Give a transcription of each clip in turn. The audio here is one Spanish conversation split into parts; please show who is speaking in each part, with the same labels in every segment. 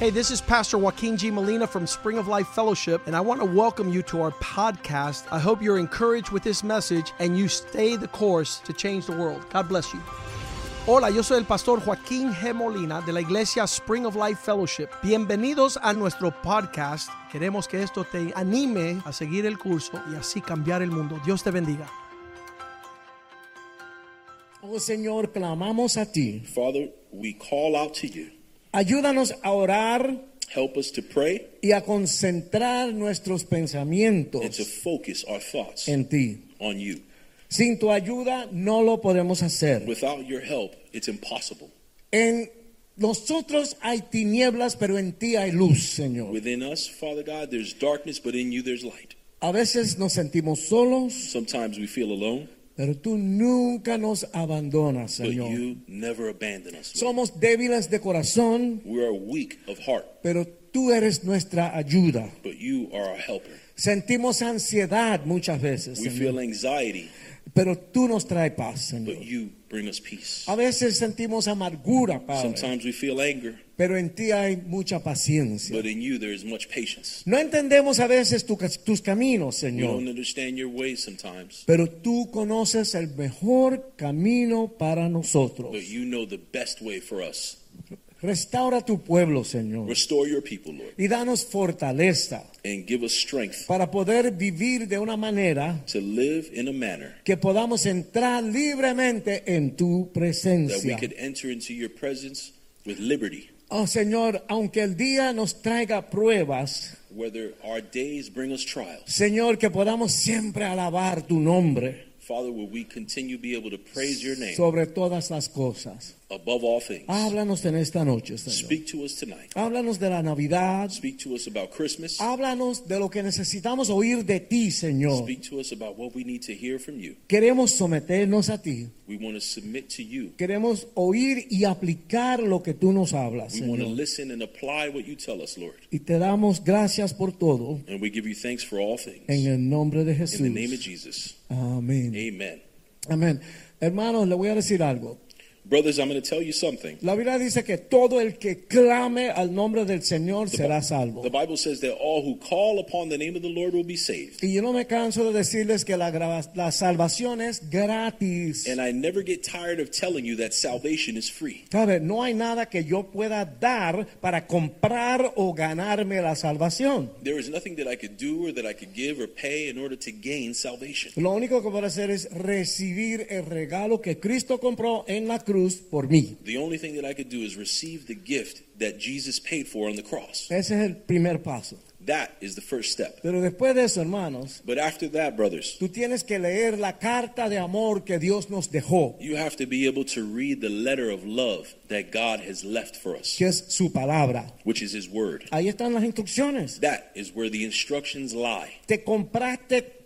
Speaker 1: Hey, this is Pastor Joaquin G. Molina from Spring of Life Fellowship, and I want to welcome you to our podcast. I hope you're encouraged with this message and you stay the course to change the world. God bless you. Hola, yo soy el pastor Joaquín G. Molina de la iglesia Spring of Life Fellowship. Bienvenidos a nuestro podcast. Queremos que esto te anime a seguir el curso y así cambiar el mundo. Dios te bendiga.
Speaker 2: Oh Señor, clamamos a ti.
Speaker 3: Father, we call out to you.
Speaker 2: Ayúdanos a orar
Speaker 3: Help us to pray
Speaker 2: y a concentrar nuestros
Speaker 3: and to
Speaker 2: pensamientos
Speaker 3: focus our thoughts
Speaker 2: en ti.
Speaker 3: on you.
Speaker 2: Sin tu ayuda no lo podemos hacer.
Speaker 3: Without your help, it's impossible.
Speaker 2: En nosotros hay tinieblas, pero en ti hay luz, Señor.
Speaker 3: Within us, Father God, there's darkness, but in you there's light.
Speaker 2: A veces nos sentimos solos,
Speaker 3: Sometimes we feel alone,
Speaker 2: pero tú nunca nos abandonas,
Speaker 3: but
Speaker 2: Señor.
Speaker 3: you never abandon us. Lord.
Speaker 2: Somos débiles de corazón,
Speaker 3: we are weak of heart,
Speaker 2: pero tú eres nuestra ayuda.
Speaker 3: but you are our helper.
Speaker 2: Sentimos ansiedad muchas veces,
Speaker 3: We
Speaker 2: Señor,
Speaker 3: feel anxiety,
Speaker 2: pero tú nos traes paz, Señor.
Speaker 3: but you bring us peace.
Speaker 2: A veces sentimos amargura, Padre,
Speaker 3: Sometimes we feel anger,
Speaker 2: pero en ti hay mucha paciencia.
Speaker 3: but in you there is much patience.
Speaker 2: No entendemos a veces tu- tus caminos,
Speaker 3: We don't
Speaker 2: Señor,
Speaker 3: understand your ways sometimes,
Speaker 2: pero tú conoces el mejor camino para nosotros.
Speaker 3: but you know the best way for us.
Speaker 2: Restaura tu pueblo, Señor,
Speaker 3: Restore your people, Lord,
Speaker 2: y danos fortaleza
Speaker 3: and give us strength
Speaker 2: para poder vivir de una manera
Speaker 3: to live in a manner
Speaker 2: que podamos entrar libremente en tu
Speaker 3: that we
Speaker 2: presencia.
Speaker 3: could enter into your presence with liberty.
Speaker 2: Oh, Señor, aunque el día nos traiga pruebas,
Speaker 3: Whether our days bring us trials,
Speaker 2: Señor, que podamos siempre alabar tu nombre.
Speaker 3: Father, will we continue to be able to praise your name
Speaker 2: sobre todas las cosas.
Speaker 3: above all things?
Speaker 2: Háblanos en esta noche, Señor.
Speaker 3: Speak to us tonight.
Speaker 2: Háblanos de la Navidad.
Speaker 3: Speak to us about Christmas.
Speaker 2: Háblanos de lo que necesitamos oír de ti, Señor.
Speaker 3: Speak to us about what we need to hear from you.
Speaker 2: Queremos someternos a ti.
Speaker 3: We want to submit to you.
Speaker 2: Queremos oír y aplicar lo que tú nos hablas,
Speaker 3: We want to
Speaker 2: Señor.
Speaker 3: listen and apply what you tell us, Lord.
Speaker 2: Y te damos gracias por todo.
Speaker 3: And we give you thanks for all
Speaker 2: En
Speaker 3: things.
Speaker 2: el nombre de
Speaker 3: In the name of
Speaker 2: Jesús.
Speaker 3: Jesus.
Speaker 2: Amén.
Speaker 3: Amen.
Speaker 2: Amén. Hermanos, le voy a decir algo.
Speaker 3: Brothers, I'm going to tell you something.
Speaker 2: La Biblia dice que todo el que clame al nombre del Señor será salvo.
Speaker 3: The Bible says that all who call upon the name of the Lord will be saved.
Speaker 2: Y yo no me canso de decirles que la, grava- la salvación es gratis.
Speaker 3: And I never get tired of telling you that salvation is free.
Speaker 2: ¿Sabe? No hay nada que yo pueda dar para comprar o ganarme la salvación.
Speaker 3: There is nothing that I could do or that I could give or pay in order to gain salvation.
Speaker 2: Lo único que puedo hacer es recibir el regalo que Cristo compró en la cruz por mí.
Speaker 3: The only thing that I could do is receive the gift that Jesus paid for on the cross.
Speaker 2: Ese es el primer paso.
Speaker 3: That is the first step.
Speaker 2: Pero después de eso, hermanos,
Speaker 3: But after that, brothers,
Speaker 2: tú tienes que leer la carta de amor que Dios nos dejó,
Speaker 3: you have to be able to read the letter of love that God has left for us,
Speaker 2: que es su palabra.
Speaker 3: which is His Word.
Speaker 2: Ahí están las instrucciones.
Speaker 3: That is where the instructions lie.
Speaker 2: Te compraste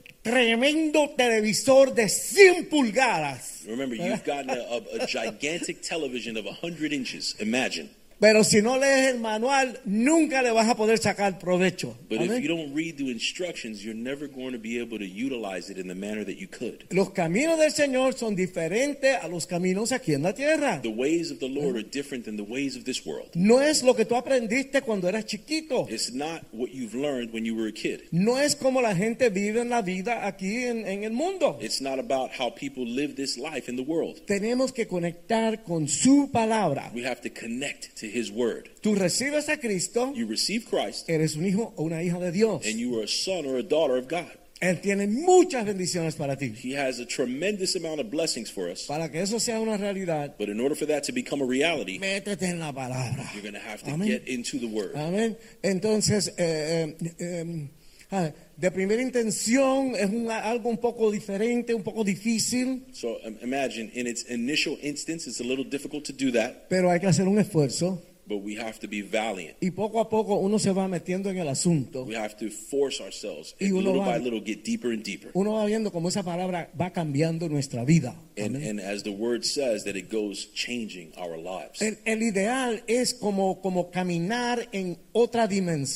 Speaker 2: tremendo televisor de 100 pulgadas.
Speaker 3: Remember, you've gotten a, a, a gigantic television of 100 inches. Imagine.
Speaker 2: Pero si no lees el manual, nunca le vas a poder sacar provecho.
Speaker 3: But
Speaker 2: Amén.
Speaker 3: if you don't read the instructions, you're never going to be able to utilize it in the manner that you could.
Speaker 2: Los caminos del Señor son diferentes a los caminos aquí en la tierra.
Speaker 3: The ways of the Lord are different than the ways of this world.
Speaker 2: No es lo que tú aprendiste cuando eras chiquito.
Speaker 3: It's not what you've learned when you were a kid.
Speaker 2: No es como la gente vive en la vida aquí en, en el mundo.
Speaker 3: It's not about how people live this life in the world.
Speaker 2: Tenemos que conectar con su palabra.
Speaker 3: We have to connect to His Word.
Speaker 2: Tú recibes a Cristo,
Speaker 3: You receive Christ,
Speaker 2: eres un hijo o una hija de Dios.
Speaker 3: and you are a son or a daughter of God.
Speaker 2: Él tiene muchas bendiciones para ti.
Speaker 3: He has a tremendous amount of blessings for us.
Speaker 2: Para que eso sea una realidad,
Speaker 3: But in order for that to become a reality,
Speaker 2: métete en la palabra.
Speaker 3: you're going to have to
Speaker 2: Amén.
Speaker 3: get into the Word.
Speaker 2: Amén. Entonces, eh, eh, eh, ah, de primera intención es un- algo un poco diferente, un poco difícil,
Speaker 3: So um, imagine, in its initial instance, it's a little difficult to do that,
Speaker 2: pero hay que hacer un esfuerzo
Speaker 3: but we have to be valiant.
Speaker 2: y poco a poco uno se va metiendo en el asunto.
Speaker 3: We have to force ourselves
Speaker 2: Y
Speaker 3: and
Speaker 2: uno
Speaker 3: little
Speaker 2: va-
Speaker 3: by little get deeper and deeper.
Speaker 2: Uno va viendo cómo esa palabra va cambiando nuestra vida.
Speaker 3: And,
Speaker 2: Amén.
Speaker 3: and as the word says, that it goes changing our lives.
Speaker 2: El, el ideal es como, como caminar en otra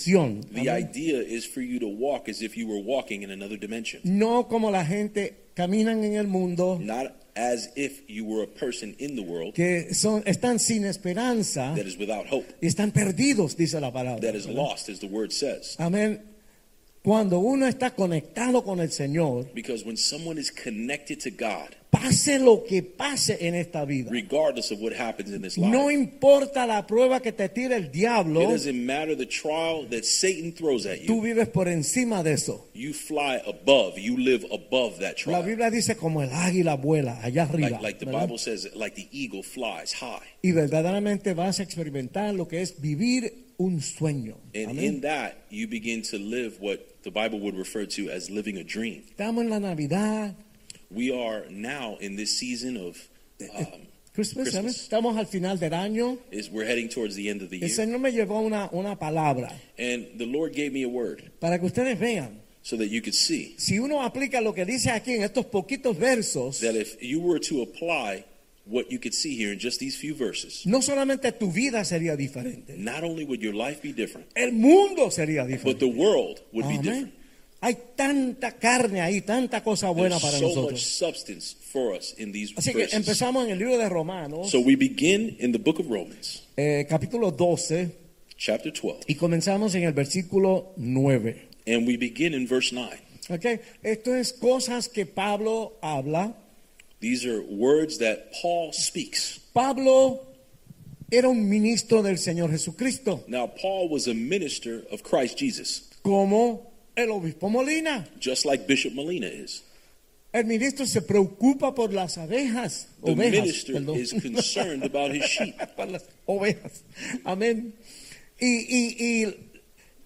Speaker 2: dimensión. Amén.
Speaker 3: the idea is for you to walk as if you were walking in another dimension,
Speaker 2: No como la gente caminan en el mundo
Speaker 3: not as if you were a person in the world
Speaker 2: que son, están sin esperanza
Speaker 3: that is without hope,
Speaker 2: y están perdidos, dice la palabra.
Speaker 3: that is
Speaker 2: ¿verdad?
Speaker 3: lost, as the word says.
Speaker 2: Amén. Cuando uno está conectado con el Señor,
Speaker 3: Because when someone is connected to God,
Speaker 2: pase lo que pase en esta vida,
Speaker 3: regardless of what happens in this life,
Speaker 2: no importa la prueba que te tire el
Speaker 3: it
Speaker 2: diablo,
Speaker 3: doesn't matter the trial that Satan throws at
Speaker 2: tú
Speaker 3: you.
Speaker 2: vives por encima de eso.
Speaker 3: You fly above, you live above that
Speaker 2: La
Speaker 3: trial.
Speaker 2: Biblia dice como el águila vuela allá arriba.
Speaker 3: Like, like the
Speaker 2: ¿verdad?
Speaker 3: Bible says, like the eagle flies high.
Speaker 2: Y verdaderamente vas a experimentar lo que es vivir un sueño.
Speaker 3: And
Speaker 2: Amén.
Speaker 3: in that, you begin to live what the Bible would refer to as living a dream.
Speaker 2: Estamos en la Navidad,
Speaker 3: We are now in this season of, um,
Speaker 2: Christmas,
Speaker 3: Christmas.
Speaker 2: ¿sabes? estamos al final del año.
Speaker 3: is we're heading towards the end of the
Speaker 2: El
Speaker 3: year.
Speaker 2: Señor me llevó una, una palabra
Speaker 3: And the Lord gave me a word
Speaker 2: para que ustedes vean.
Speaker 3: so that you could see
Speaker 2: Si uno aplica lo que dice aquí en estos poquitos versos,
Speaker 3: that if you were to apply what you could see here in just these few verses,
Speaker 2: no solamente tu vida sería diferente,
Speaker 3: not only would your life be different,
Speaker 2: el mundo sería
Speaker 3: but
Speaker 2: diferente.
Speaker 3: the world would be
Speaker 2: Amén.
Speaker 3: different.
Speaker 2: Hay tanta carne ahí, tanta cosa buena
Speaker 3: There's
Speaker 2: para
Speaker 3: so much
Speaker 2: nosotros.
Speaker 3: substance for us in these
Speaker 2: Así que
Speaker 3: verses.
Speaker 2: empezamos en el libro de Romanos,
Speaker 3: So we begin in the book of Romans,
Speaker 2: eh, capítulo 12,
Speaker 3: chapter 12,
Speaker 2: y comenzamos en el versículo 9.
Speaker 3: and we begin in verse 9.
Speaker 2: ¿ok? Esto es cosas que Pablo habla.
Speaker 3: These are words that Paul speaks.
Speaker 2: Pablo era un ministro del Señor Jesucristo,
Speaker 3: Now, Paul was a minister of Christ Jesus,
Speaker 2: como el obispo Molina.
Speaker 3: just like Bishop Molina is.
Speaker 2: El ministro se preocupa por las abejas,
Speaker 3: The
Speaker 2: ovejas,
Speaker 3: minister
Speaker 2: perdón.
Speaker 3: is concerned about his sheep.
Speaker 2: por las ovejas. Amén. Y, y- y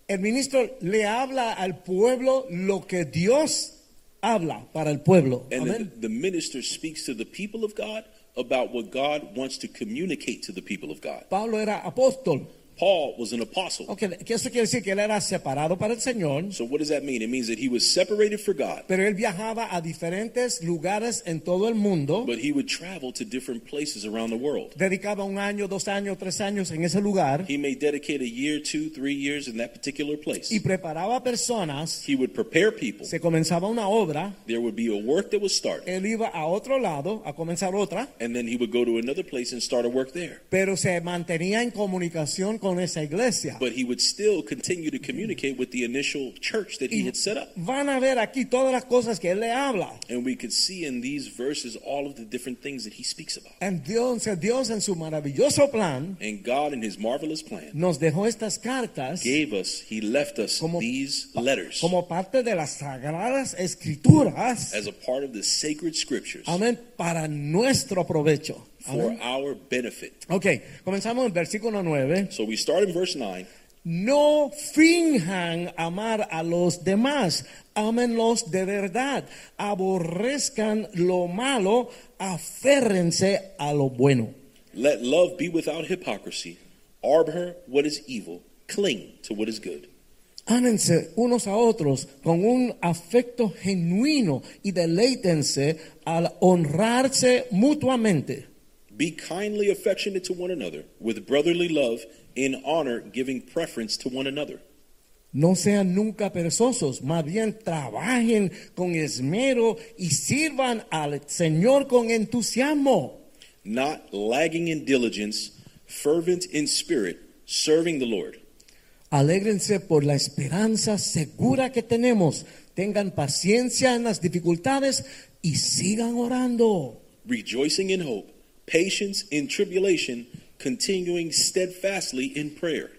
Speaker 2: el ministro le habla al pueblo lo que Dios habla para el pueblo.
Speaker 3: And the,
Speaker 2: Amén.
Speaker 3: the minister speaks to the people of God about what God wants to communicate to the people of God.
Speaker 2: Pablo era apóstol.
Speaker 3: Paul was an apostle.
Speaker 2: Ok, que eso quiere decir que él era separado para el Señor,
Speaker 3: So, what does that mean? It means that he was separated for God,
Speaker 2: pero él viajaba a diferentes lugares en todo el mundo.
Speaker 3: but he would travel to different places around the world.
Speaker 2: Dedicaba un año, dos años, tres años en ese lugar
Speaker 3: He may dedicate a year, two, three years in that particular place.
Speaker 2: y preparaba personas.
Speaker 3: He would prepare people.
Speaker 2: Se comenzaba una obra,
Speaker 3: There would be a work that was started,
Speaker 2: él iba a otro lado a comenzar otra.
Speaker 3: and then he would go to another place and start a work there.
Speaker 2: pero se mantenía en comunicación con esa iglesia.
Speaker 3: But he would still continue to communicate with the initial church that he had set up.
Speaker 2: Van a ver aquí todas las cosas que él le habla.
Speaker 3: And we could see in these verses all of the different things that he speaks about.
Speaker 2: Entonces Dios en su maravilloso plan
Speaker 3: And God, in his marvelous plan,
Speaker 2: nos dejó estas cartas
Speaker 3: gave us, he left us
Speaker 2: Como-
Speaker 3: these letters
Speaker 2: como parte de las sagradas escrituras.
Speaker 3: as a part of the sacred scriptures
Speaker 2: Amén. Para nuestro provecho.
Speaker 3: for
Speaker 2: Amén.
Speaker 3: our benefit.
Speaker 2: Ok, comenzamos en versículo 9.
Speaker 3: So we start in verse 9.
Speaker 2: No finjan amar a los demás, ámenlos de verdad, aborrezcan lo malo, aférrense a lo bueno.
Speaker 3: Let love be without hypocrisy. Arbor what is evil, cling to what is good.
Speaker 2: Ámense unos a otros con un afecto genuino y deleítense al honrarse mutuamente.
Speaker 3: Be kindly affectionate to one another, with brotherly love, in honor, giving preference to one another.
Speaker 2: No sean nunca perezosos, más bien trabajen con esmero y sirvan al Señor con entusiasmo.
Speaker 3: Not lagging in diligence, fervent in spirit, serving the Lord.
Speaker 2: Alégrense por la esperanza segura que tenemos. Tengan paciencia en las dificultades y sigan orando.
Speaker 3: rejoicing in hope, patience in tribulation, continuing steadfastly in prayer.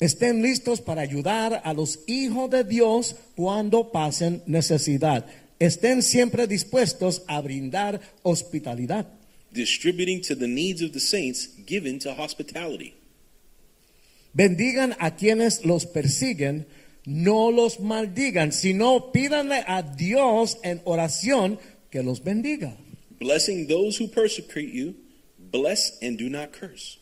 Speaker 2: Estén listos para ayudar a los hijos de Dios cuando pasen necesidad. Estén siempre dispuestos a brindar hospitalidad.
Speaker 3: Distributing to the needs of the saints, given to hospitality.
Speaker 2: Bendigan a quienes los persiguen, no los maldigan, sino pídanle a Dios en oración que los bendiga.
Speaker 3: Blessing those who persecute you, bless and do not curse.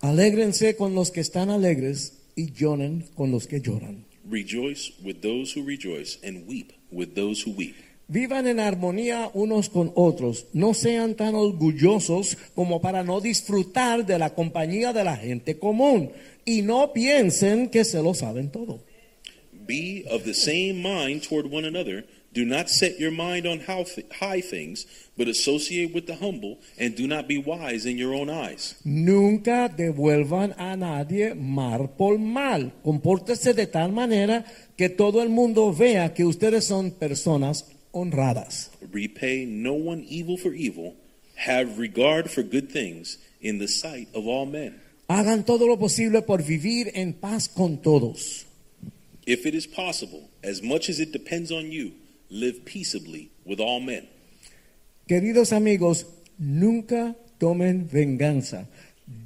Speaker 2: Alégrense con los que están alegres y lloren con los que lloran.
Speaker 3: Rejoice with those who rejoice, and weep with those who weep.
Speaker 2: Vivan en armonía unos con otros. No sean tan orgullosos como para no disfrutar de la compañía de la gente común. Y no piensen que se lo saben todo.
Speaker 3: Be of the same mind toward one another. Do not set your mind on how th- high things, but associate with the humble, and do not be wise in your own eyes.
Speaker 2: Nunca devuelvan a nadie mal por mal. Compórtese de tal manera que todo el mundo vea que ustedes son personas honradas.
Speaker 3: Repay no one evil for evil. Have regard for good things in the sight of all men.
Speaker 2: Hagan todo lo posible por vivir en paz con todos.
Speaker 3: If it is possible, as much as it depends on you, live peaceably with all men.
Speaker 2: Queridos amigos, nunca tomen venganza.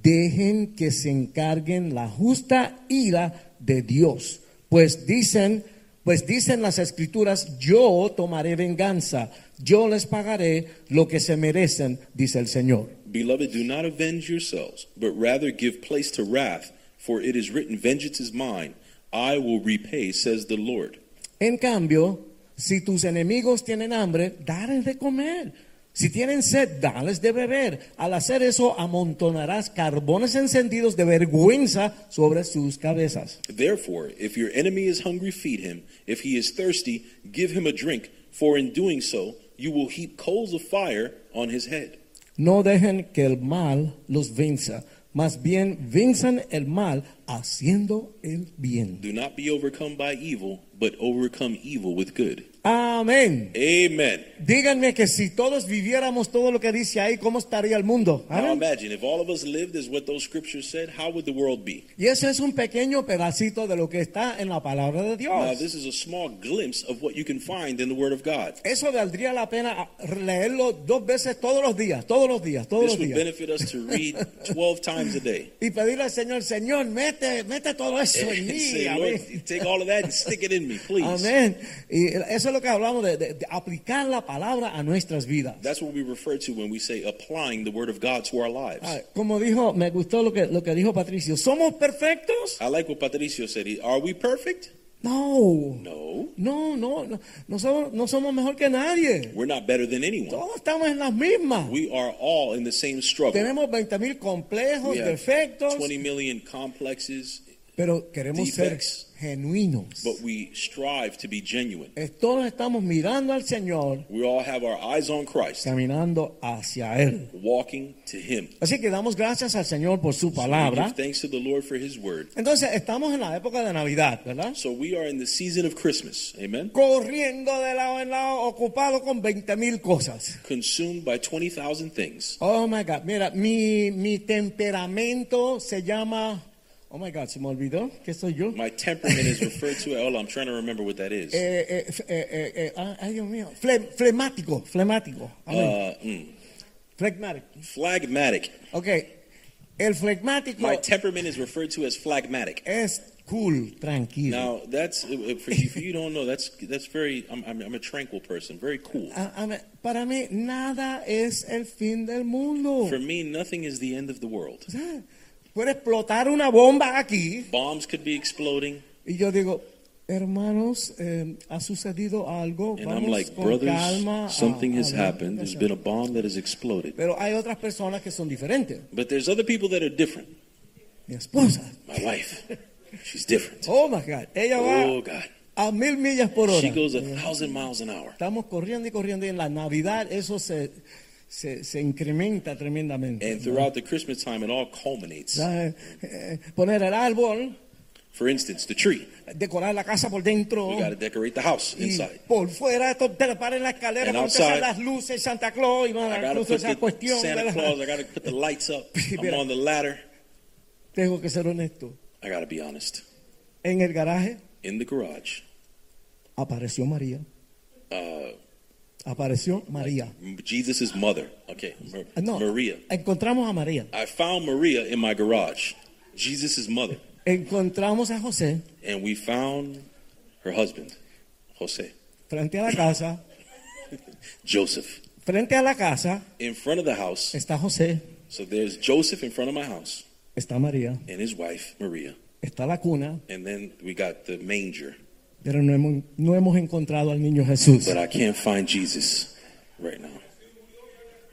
Speaker 2: Dejen que se encarguen la justa ira de Dios. Pues dicen, pues dicen las escrituras, yo tomaré venganza, yo les pagaré lo que se merecen, dice el Señor.
Speaker 3: Beloved, do not avenge yourselves, but rather give place to wrath, for it is written, Vengeance is mine, I will repay, says the Lord.
Speaker 2: En cambio, si tus enemigos tienen hambre, dales de comer. Si tienen sed, dales de beber. Al hacer eso, amontonarás carbones encendidos de vergüenza sobre sus cabezas.
Speaker 3: Therefore, if your enemy is hungry, feed him. If he is thirsty, give him a drink, for in doing so, you will heap coals of fire on his head.
Speaker 2: No dejen que el mal los venza. Más bien, venzan el mal haciendo el bien.
Speaker 3: Do not be overcome by evil, but overcome evil with good.
Speaker 2: Amén.
Speaker 3: Amen.
Speaker 2: Díganme que si todos viviéramos todo lo que dice ahí, ¿cómo estaría el mundo?
Speaker 3: Now
Speaker 2: Amén.
Speaker 3: imagine if all of us lived as what those scriptures said, how would the world be?
Speaker 2: Y eso es un pequeño pedacito de lo que está en la palabra de
Speaker 3: Now,
Speaker 2: Dios.
Speaker 3: this is a small glimpse of what you can find in the Word of God.
Speaker 2: Eso valdría la pena leerlo dos veces todos los días, todos los días, todos
Speaker 3: This
Speaker 2: los
Speaker 3: would
Speaker 2: días.
Speaker 3: benefit us to read 12 times a day.
Speaker 2: y pedirle al Señor, Señor, mete, mete todo eso en
Speaker 3: And
Speaker 2: mí.
Speaker 3: say,
Speaker 2: amén.
Speaker 3: Eh, Lord, take all of that and stick it in me, please.
Speaker 2: Amén. Y eso es lo que hablamos de, de- de aplicar la palabra a nuestras vidas.
Speaker 3: That's what we refer to when we say applying the Word of God to our lives.
Speaker 2: Ah, Como dijo, me gustó lo que, lo que dijo Patricio. ¿Somos perfectos?
Speaker 3: I like what Patricio said. He- Are we perfect?
Speaker 2: No.
Speaker 3: No.
Speaker 2: No, no, no, no somos, no somos mejor que nadie.
Speaker 3: We're not better than anyone.
Speaker 2: Todos estamos en las mismas.
Speaker 3: We are all in the same struggle.
Speaker 2: Tenemos 20 mil complejos,
Speaker 3: We have
Speaker 2: defectos,
Speaker 3: 20 million complexes,
Speaker 2: pero queremos
Speaker 3: defects.
Speaker 2: ser genuinos.
Speaker 3: but we strive to be genuine.
Speaker 2: Eh, Todos estamos mirando al Señor,
Speaker 3: We all have our eyes on Christ,
Speaker 2: caminando hacia Él.
Speaker 3: walking to Him.
Speaker 2: Así que damos gracias al Señor por su
Speaker 3: So we
Speaker 2: palabra.
Speaker 3: give thanks to the Lord for His Word.
Speaker 2: Entonces, estamos en la época de Navidad, ¿verdad?
Speaker 3: So we are in the season of Christmas. Amen.
Speaker 2: Corriendo de lado en lado, ocupado con 20 mil cosas.
Speaker 3: Consumed by 20,000 things.
Speaker 2: Oh my God, mira, mi, mi temperamento se llama. Oh my God, se me olvidó que soy yo.
Speaker 3: My temperament is referred to. Oh, I'm trying to remember what that is.
Speaker 2: Eh, eh, f- eh, eh, eh, ah, ay, Dios mío. Fle- flemático, flemático. Amén.
Speaker 3: Uh, mm,
Speaker 2: Flegmático.
Speaker 3: phlegmatic.
Speaker 2: Ok. El flegmático
Speaker 3: My temperament is referred to as phlegmatic.
Speaker 2: es cool, tranquilo.
Speaker 3: Now, that's uh, for you, if you don't know, that's that's very. I'm, I'm, I'm a tranquil person, very cool.
Speaker 2: A- a mí- Ah, para mí nada es el fin del mundo.
Speaker 3: For me, nothing is the end of the world.
Speaker 2: Puede explotar una bomba aquí
Speaker 3: Bombs could be exploding,
Speaker 2: y yo digo, hermanos, eh, ha sucedido algo.
Speaker 3: and
Speaker 2: Vamos
Speaker 3: I'm like,
Speaker 2: con
Speaker 3: brothers,
Speaker 2: calma. Oh, a-
Speaker 3: something has
Speaker 2: a ver".
Speaker 3: happened. There's been a bomb that has exploded.
Speaker 2: Pero hay otras personas que son diferentes.
Speaker 3: But there's other people that are different.
Speaker 2: Mi esposa.
Speaker 3: My wife, she's different.
Speaker 2: Oh my God. Ella va
Speaker 3: Oh God,
Speaker 2: a mil millas por hora.
Speaker 3: she goes a thousand miles an hour,
Speaker 2: Estamos corriendo y corriendo y en la Navidad eso se, se, se incrementa tremendamente.
Speaker 3: and throughout the Christmas time, it all culminates.
Speaker 2: ¿Sabes? Eh, Poner el árbol,
Speaker 3: For instance, the tree.
Speaker 2: decorar la casa por dentro.
Speaker 3: We got to decorate the house
Speaker 2: Y
Speaker 3: inside.
Speaker 2: por fuera, to- trepar en la escalera,
Speaker 3: And
Speaker 2: ponerse
Speaker 3: outside.
Speaker 2: las luces, Santa Claus y
Speaker 3: I
Speaker 2: no,
Speaker 3: gotta
Speaker 2: incluso
Speaker 3: put
Speaker 2: esa
Speaker 3: the
Speaker 2: cuestión. de
Speaker 3: Santa
Speaker 2: la-
Speaker 3: Claus. I gotta put the lights up. I'm
Speaker 2: Mira.
Speaker 3: on the ladder.
Speaker 2: Tengo que ser honesto.
Speaker 3: I gotta be honest.
Speaker 2: En el garaje
Speaker 3: In the garage,
Speaker 2: apareció María.
Speaker 3: uh,
Speaker 2: Apareció María.
Speaker 3: Jesus' mother. Okay, Mar-
Speaker 2: No,
Speaker 3: Maria.
Speaker 2: encontramos a María.
Speaker 3: I found Maria in my garage. Jesus' mother,
Speaker 2: Encontramos a José
Speaker 3: and we found her husband, Jose,
Speaker 2: frente a la casa.
Speaker 3: Joseph,
Speaker 2: Frente a la casa
Speaker 3: in front of the house.
Speaker 2: está José,
Speaker 3: So there's Joseph in front of my house,
Speaker 2: está María,
Speaker 3: and his wife Maria,
Speaker 2: está la cuna,
Speaker 3: and then we got the manger.
Speaker 2: pero no hemos, no hemos encontrado al niño Jesús.
Speaker 3: But I can't find Jesus right now.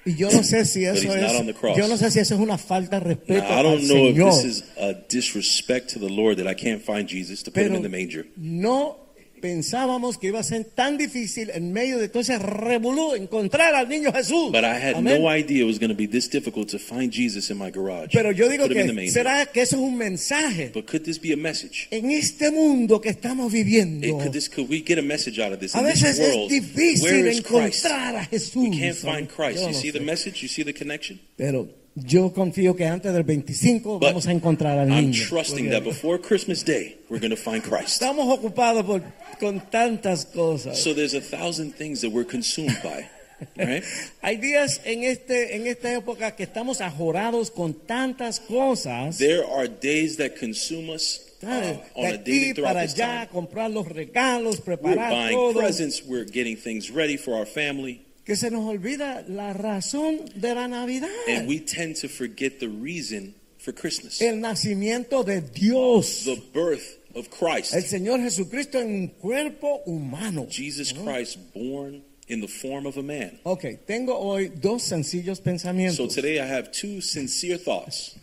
Speaker 2: Y yo no sé si
Speaker 3: he's
Speaker 2: eso
Speaker 3: not on the
Speaker 2: es,
Speaker 3: cross.
Speaker 2: yo no sé si eso es una falta de respeto
Speaker 3: Now, I
Speaker 2: al
Speaker 3: don't know if
Speaker 2: Señor.
Speaker 3: this is a disrespect to the Lord that I can't find Jesus to put him
Speaker 2: Pero
Speaker 3: in the manger.
Speaker 2: no Pensábamos que iba a ser tan difícil en medio de todo ese revolú encontrar al niño Jesús.
Speaker 3: But I had
Speaker 2: Amén.
Speaker 3: no idea it was going to be this difficult to find Jesus in my garage.
Speaker 2: Pero yo digo
Speaker 3: Put him in the
Speaker 2: que
Speaker 3: manger.
Speaker 2: será que eso es un mensaje.
Speaker 3: But could this be a message?
Speaker 2: En este mundo que estamos viviendo,
Speaker 3: It- could this could we get a message out of this?
Speaker 2: a
Speaker 3: In this
Speaker 2: veces es
Speaker 3: world, where
Speaker 2: difícil
Speaker 3: is Christ?
Speaker 2: encontrar a Jesús.
Speaker 3: We can't find Christ.
Speaker 2: Yo
Speaker 3: You
Speaker 2: no
Speaker 3: see the
Speaker 2: sé.
Speaker 3: message? You see the connection?
Speaker 2: Pero yo confío que antes del 25
Speaker 3: But
Speaker 2: vamos a encontrar al
Speaker 3: I'm
Speaker 2: niño.
Speaker 3: trusting
Speaker 2: Porque
Speaker 3: that before Christmas Day, we're going to find Christ.
Speaker 2: Estamos ocupados por- con tantas cosas.
Speaker 3: So there's a thousand things that we're consumed by, right?
Speaker 2: Hay días en este en esta época que estamos ajorados con tantas cosas.
Speaker 3: There are days that consume us uh,
Speaker 2: ¿sabes?
Speaker 3: on
Speaker 2: de
Speaker 3: a daily
Speaker 2: aquí
Speaker 3: throughout
Speaker 2: para
Speaker 3: this
Speaker 2: allá,
Speaker 3: time.
Speaker 2: comprar los regalos,
Speaker 3: We're
Speaker 2: preparar
Speaker 3: buying
Speaker 2: todo.
Speaker 3: presents. We're getting things ready for our family.
Speaker 2: Que se nos olvida la razón de la Navidad.
Speaker 3: And we tend to forget the reason for Christmas.
Speaker 2: El nacimiento de Dios.
Speaker 3: The birth
Speaker 2: El
Speaker 3: of Christ.
Speaker 2: Señor Jesucristo en un cuerpo humano.
Speaker 3: Jesus Christ born in the form of a man.
Speaker 2: Ok, tengo hoy dos sencillos pensamientos.
Speaker 3: So today I have two sincere thoughts.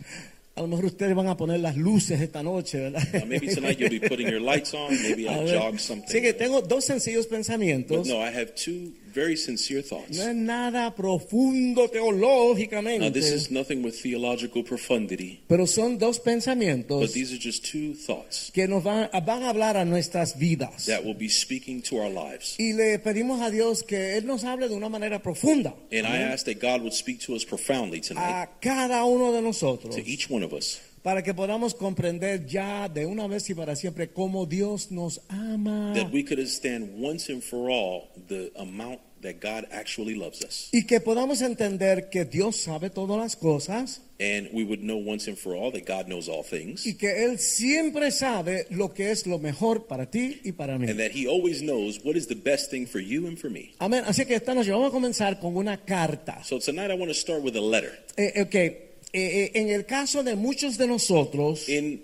Speaker 2: a lo mejor ustedes van a poner las luces esta noche, ¿verdad?
Speaker 3: Now, uh, maybe tonight you'll be putting your lights on. Maybe
Speaker 2: A
Speaker 3: I'll
Speaker 2: ver.
Speaker 3: jog
Speaker 2: Así que
Speaker 3: something.
Speaker 2: tengo dos sencillos
Speaker 3: But
Speaker 2: pensamientos.
Speaker 3: no, I have two very sincere thoughts.
Speaker 2: No es nada profundo teológicamente,
Speaker 3: Now, this is nothing with theological profundity,
Speaker 2: pero son dos pensamientos
Speaker 3: but these are just two thoughts
Speaker 2: que nos van, van a hablar a nuestras vidas.
Speaker 3: that will be speaking to our lives.
Speaker 2: Y le pedimos a Dios que Él nos hable de una manera profunda
Speaker 3: And I ask that God would speak to us profoundly tonight,
Speaker 2: a cada uno de nosotros
Speaker 3: to each one of us,
Speaker 2: para que podamos comprender ya de una vez y para siempre cómo Dios nos ama
Speaker 3: that we could understand once and for all the amount that God actually loves us.
Speaker 2: y que podamos entender que Dios sabe todas las cosas
Speaker 3: And we would know once and for all that God knows all things,
Speaker 2: y que Él siempre sabe lo que es lo mejor para ti y para mí.
Speaker 3: and that He always knows what is the best thing for you and for me.
Speaker 2: Amén. Así que esta noche vamos a comenzar con una carta.
Speaker 3: So tonight I want to start with a letter.
Speaker 2: Eh, ok, eh, eh, en el caso de muchos de nosotros,
Speaker 3: In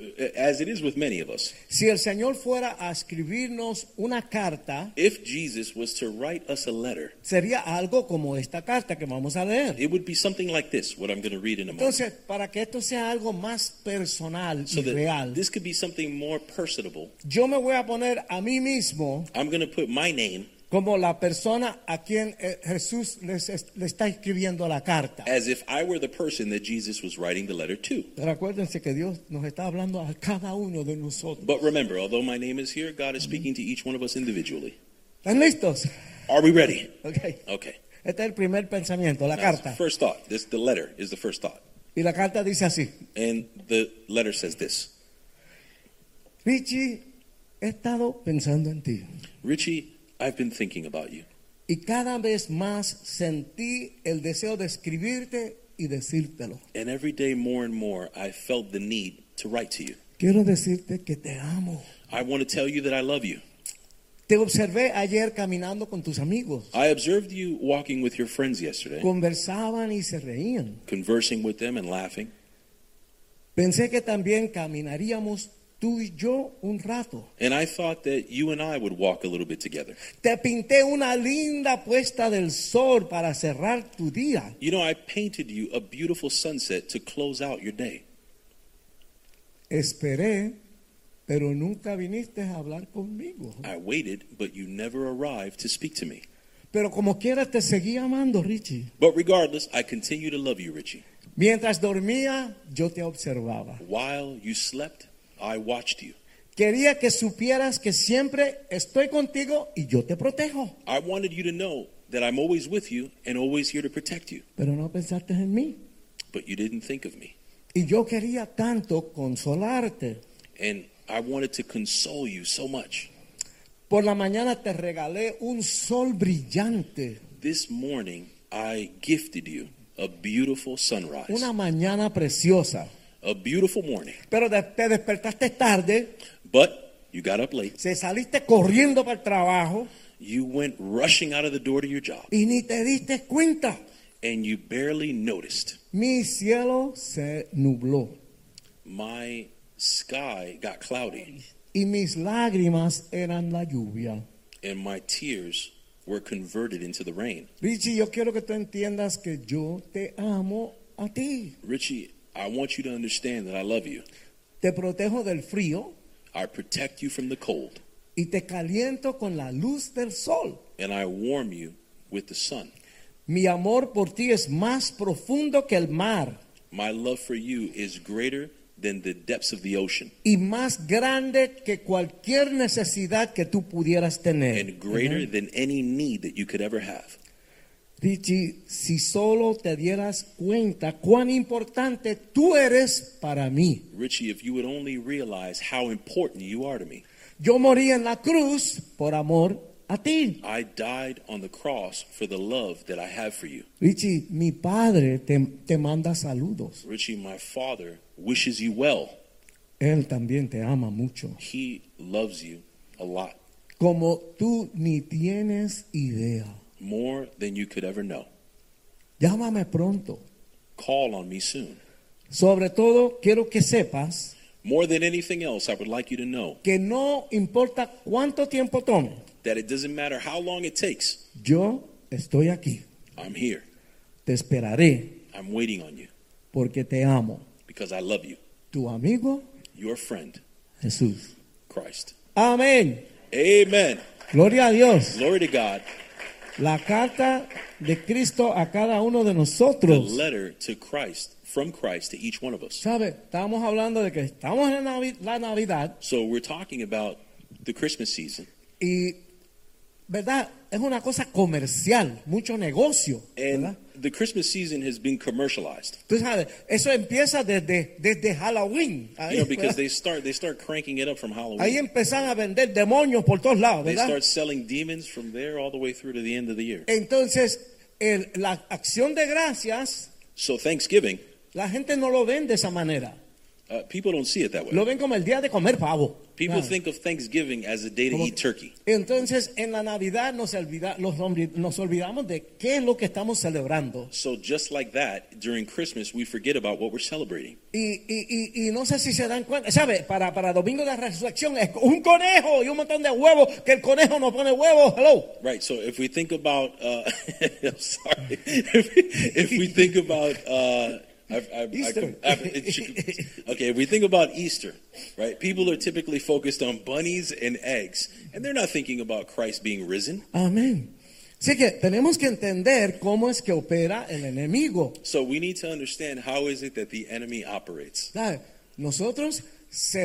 Speaker 3: uh, as it is with many of us,
Speaker 2: si el Señor fuera a escribirnos una carta,
Speaker 3: if Jesus was to write us a letter,
Speaker 2: sería algo como esta carta que vamos a leer.
Speaker 3: It would be something like this, what I'm going to read in a moment.
Speaker 2: Entonces, para que esto sea algo más personal
Speaker 3: So
Speaker 2: y
Speaker 3: that
Speaker 2: real,
Speaker 3: this could be something more personable.
Speaker 2: yo me voy a poner a mí mismo
Speaker 3: I'm going to put my name
Speaker 2: como la persona a quien eh, Jesús les es- le está escribiendo la carta.
Speaker 3: as if I were the person that Jesus was writing the letter to.
Speaker 2: Pero acuérdense que Dios nos está hablando a cada uno de nosotros.
Speaker 3: But remember, although my name is here, God is speaking to each one of us individually.
Speaker 2: ¿Están listos?
Speaker 3: Are we ready?
Speaker 2: Ok.
Speaker 3: Okay.
Speaker 2: Este es el primer pensamiento, la
Speaker 3: Now,
Speaker 2: carta.
Speaker 3: First thought. This the letter is the first thought.
Speaker 2: Y la carta dice así.
Speaker 3: And the letter says this.
Speaker 2: Richie, he estado pensando en ti.
Speaker 3: Richie, I've been thinking about you.
Speaker 2: Y cada vez más sentí el deseo de escribirte y decírtelo.
Speaker 3: And every day more and more I felt the need to write to you.
Speaker 2: Quiero decirte que te amo.
Speaker 3: I want to tell you that I love you.
Speaker 2: Te observé ayer caminando con tus amigos.
Speaker 3: I observed you walking with your friends yesterday.
Speaker 2: Conversaban y se reían.
Speaker 3: conversing with them and laughing.
Speaker 2: Pensé que también caminaríamos tú y yo un rato.
Speaker 3: And I thought that you and I would walk a little bit together.
Speaker 2: Te pinté una linda puesta del sol para cerrar tu día.
Speaker 3: You know, I painted you a beautiful sunset to close out your day.
Speaker 2: Esperé, pero nunca viniste a hablar conmigo.
Speaker 3: I waited, but you never arrived to speak to me.
Speaker 2: Pero como quieras te seguí amando, Richie.
Speaker 3: But regardless, I continue to love you, Richie.
Speaker 2: Mientras dormía, yo te observaba.
Speaker 3: While you slept, I watched you.
Speaker 2: Quería que supieras que siempre estoy contigo y yo te protejo.
Speaker 3: I wanted you to know that I'm always with you and always here to protect you.
Speaker 2: Pero no pensaste en mí.
Speaker 3: But you didn't think of me.
Speaker 2: Y yo quería tanto consolarte.
Speaker 3: And I wanted to console you so much.
Speaker 2: Por la mañana te regalé un sol brillante.
Speaker 3: This morning, I gifted you a beautiful sunrise,
Speaker 2: Una mañana preciosa.
Speaker 3: a beautiful morning.
Speaker 2: Pero de- te despertaste tarde,
Speaker 3: But you got up late.
Speaker 2: se saliste corriendo para el trabajo
Speaker 3: You went rushing out of the door to your job
Speaker 2: y ni te diste cuenta.
Speaker 3: and you barely noticed.
Speaker 2: Mi cielo se nubló
Speaker 3: My sky got cloudy
Speaker 2: y mis lágrimas eran la lluvia.
Speaker 3: and my tears were converted into the rain.
Speaker 2: Richie, yo quiero que tú entiendas que yo te amo a ti.
Speaker 3: Richie, I want you to understand that I love you.
Speaker 2: Te protejo del frío,
Speaker 3: I protect you from the cold.
Speaker 2: y te caliento con la luz del sol.
Speaker 3: and I warm you with the sun.
Speaker 2: Mi amor por ti es más profundo que el mar
Speaker 3: My love for you is greater than the depths of the ocean
Speaker 2: y más grande que cualquier necesidad que tú pudieras tener.
Speaker 3: and greater
Speaker 2: Amen.
Speaker 3: than any need that you could ever have.
Speaker 2: Richie, si solo te dieras cuenta cuán importante tú eres para mí.
Speaker 3: Richie, if you would only realize how important you are to me.
Speaker 2: Yo morí en la cruz por amor a ti.
Speaker 3: I died on the cross for the love that I have for you.
Speaker 2: Richie, mi padre te, te manda saludos.
Speaker 3: Richie, my father wishes you well.
Speaker 2: Él también te ama mucho.
Speaker 3: He loves you a lot,
Speaker 2: Como tú ni tienes idea.
Speaker 3: more than you could ever know.
Speaker 2: Llámame pronto.
Speaker 3: Call on me soon.
Speaker 2: Sobre todo, quiero que sepas
Speaker 3: More than anything else, I would like you to know
Speaker 2: que no importa cuánto tiempo tome,
Speaker 3: that it doesn't matter how long it takes,
Speaker 2: yo estoy aquí.
Speaker 3: I'm here.
Speaker 2: Te esperaré
Speaker 3: I'm waiting on you
Speaker 2: porque te amo.
Speaker 3: because I love you.
Speaker 2: Tu amigo
Speaker 3: Your friend,
Speaker 2: Jesús.
Speaker 3: Christ.
Speaker 2: Amén.
Speaker 3: Amen.
Speaker 2: Gloria a Dios.
Speaker 3: Glory to God.
Speaker 2: La carta de Cristo a cada uno de
Speaker 3: The
Speaker 2: nosotros.
Speaker 3: letter to Christ, from Christ to each one of us.
Speaker 2: ¿Sabe? Estamos hablando de que estamos en la Navi- la Navidad
Speaker 3: So we're talking about the Christmas season.
Speaker 2: y, ¿verdad? Es una cosa comercial, mucho negocio.
Speaker 3: And
Speaker 2: ¿verdad?
Speaker 3: the Christmas season has been commercialized.
Speaker 2: Tú sabes, eso empieza desde, desde Halloween. Ahí,
Speaker 3: You know,
Speaker 2: ¿verdad?
Speaker 3: because they start they start cranking it up from
Speaker 2: Ahí
Speaker 3: Halloween.
Speaker 2: empiezan a vender demonios por todos lados,
Speaker 3: They
Speaker 2: ¿verdad?
Speaker 3: start selling demons from there all the way through to the end of the year.
Speaker 2: Entonces, el- la acción de gracias,
Speaker 3: So Thanksgiving,
Speaker 2: la gente no lo ven de esa manera.
Speaker 3: uh, people don't see it that
Speaker 2: Lo
Speaker 3: way.
Speaker 2: ven como el día de comer pavo.
Speaker 3: People
Speaker 2: Claro.
Speaker 3: think of Thanksgiving as a day to
Speaker 2: Como-
Speaker 3: eat turkey.
Speaker 2: Entonces, en la Navidad nos, olvida- los olvi- nos olvidamos de qué es lo que estamos celebrando.
Speaker 3: So just like that, during Christmas, we forget about what we're celebrating.
Speaker 2: Y, y- y- y no sé si se dan cuenta, ¿sabe? Para, para Domingo de la Resurrección es un conejo y un montón de huevos, que el conejo no pone huevos, hello.
Speaker 3: Right. So if we think about, uh, I'm sorry, if, if we think about. Uh, I, I, I-
Speaker 2: Easter.
Speaker 3: I- it- okay, if we think about Easter, right? People are typically focused on bunnies and eggs, and they're not thinking about Christ being risen.
Speaker 2: Amén. Así que tenemos que entender cómo es que opera el enemigo.
Speaker 3: So we need to understand how is it that the enemy operates.
Speaker 2: ¿Sabe? Nosotros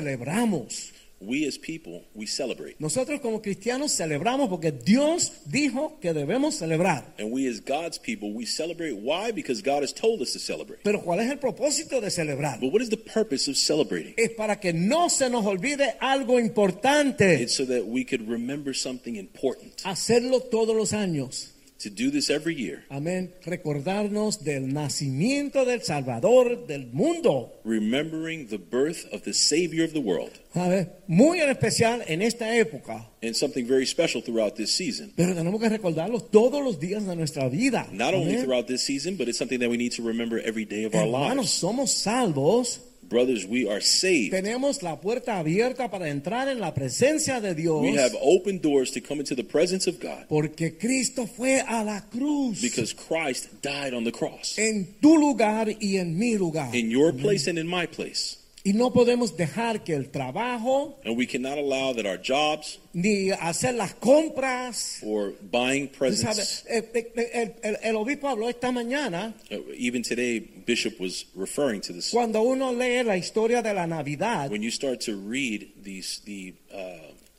Speaker 2: celebramos.
Speaker 3: We as people, we celebrate,
Speaker 2: Nosotros como cristianos celebramos porque Dios dijo que debemos celebrar.
Speaker 3: and we as God's people, we celebrate. Why? Because God has told us to celebrate.
Speaker 2: Pero ¿cuál es el propósito de celebrar?
Speaker 3: But what is the purpose of celebrating?
Speaker 2: Es para que no se nos olvide algo importante.
Speaker 3: It's so that we could remember something important.
Speaker 2: Hacerlo todos los años.
Speaker 3: To do this every year.
Speaker 2: Amén. Recordarnos del nacimiento del Salvador del mundo.
Speaker 3: remembering the birth of the Savior of the world,
Speaker 2: ¿Sabe? Muy en especial en esta época.
Speaker 3: and something very special throughout this season.
Speaker 2: Pero tenemos que recordarlo todos los días de nuestra vida.
Speaker 3: Not only
Speaker 2: Amén.
Speaker 3: throughout this season, but it's something that we need to remember every day of our
Speaker 2: Hermanos,
Speaker 3: lives.
Speaker 2: somos salvos.
Speaker 3: Brothers, we are saved.
Speaker 2: Tenemos la puerta abierta para entrar en la presencia de Dios.
Speaker 3: We have open doors to come into the presence of God
Speaker 2: Porque Cristo fue a la cruz
Speaker 3: because Christ died on the cross
Speaker 2: en tu lugar y en mi lugar.
Speaker 3: in your place and in my place.
Speaker 2: y no podemos dejar que el trabajo,
Speaker 3: And we cannot allow that our jobs
Speaker 2: ni hacer las compras,
Speaker 3: or buying
Speaker 2: tú sabes,
Speaker 3: presents,
Speaker 2: el, el- el- el obispo habló esta mañana,
Speaker 3: uh, even today, Bishop was referring to this.
Speaker 2: cuando uno lee la historia de la Navidad,
Speaker 3: When you start to read these, the, uh,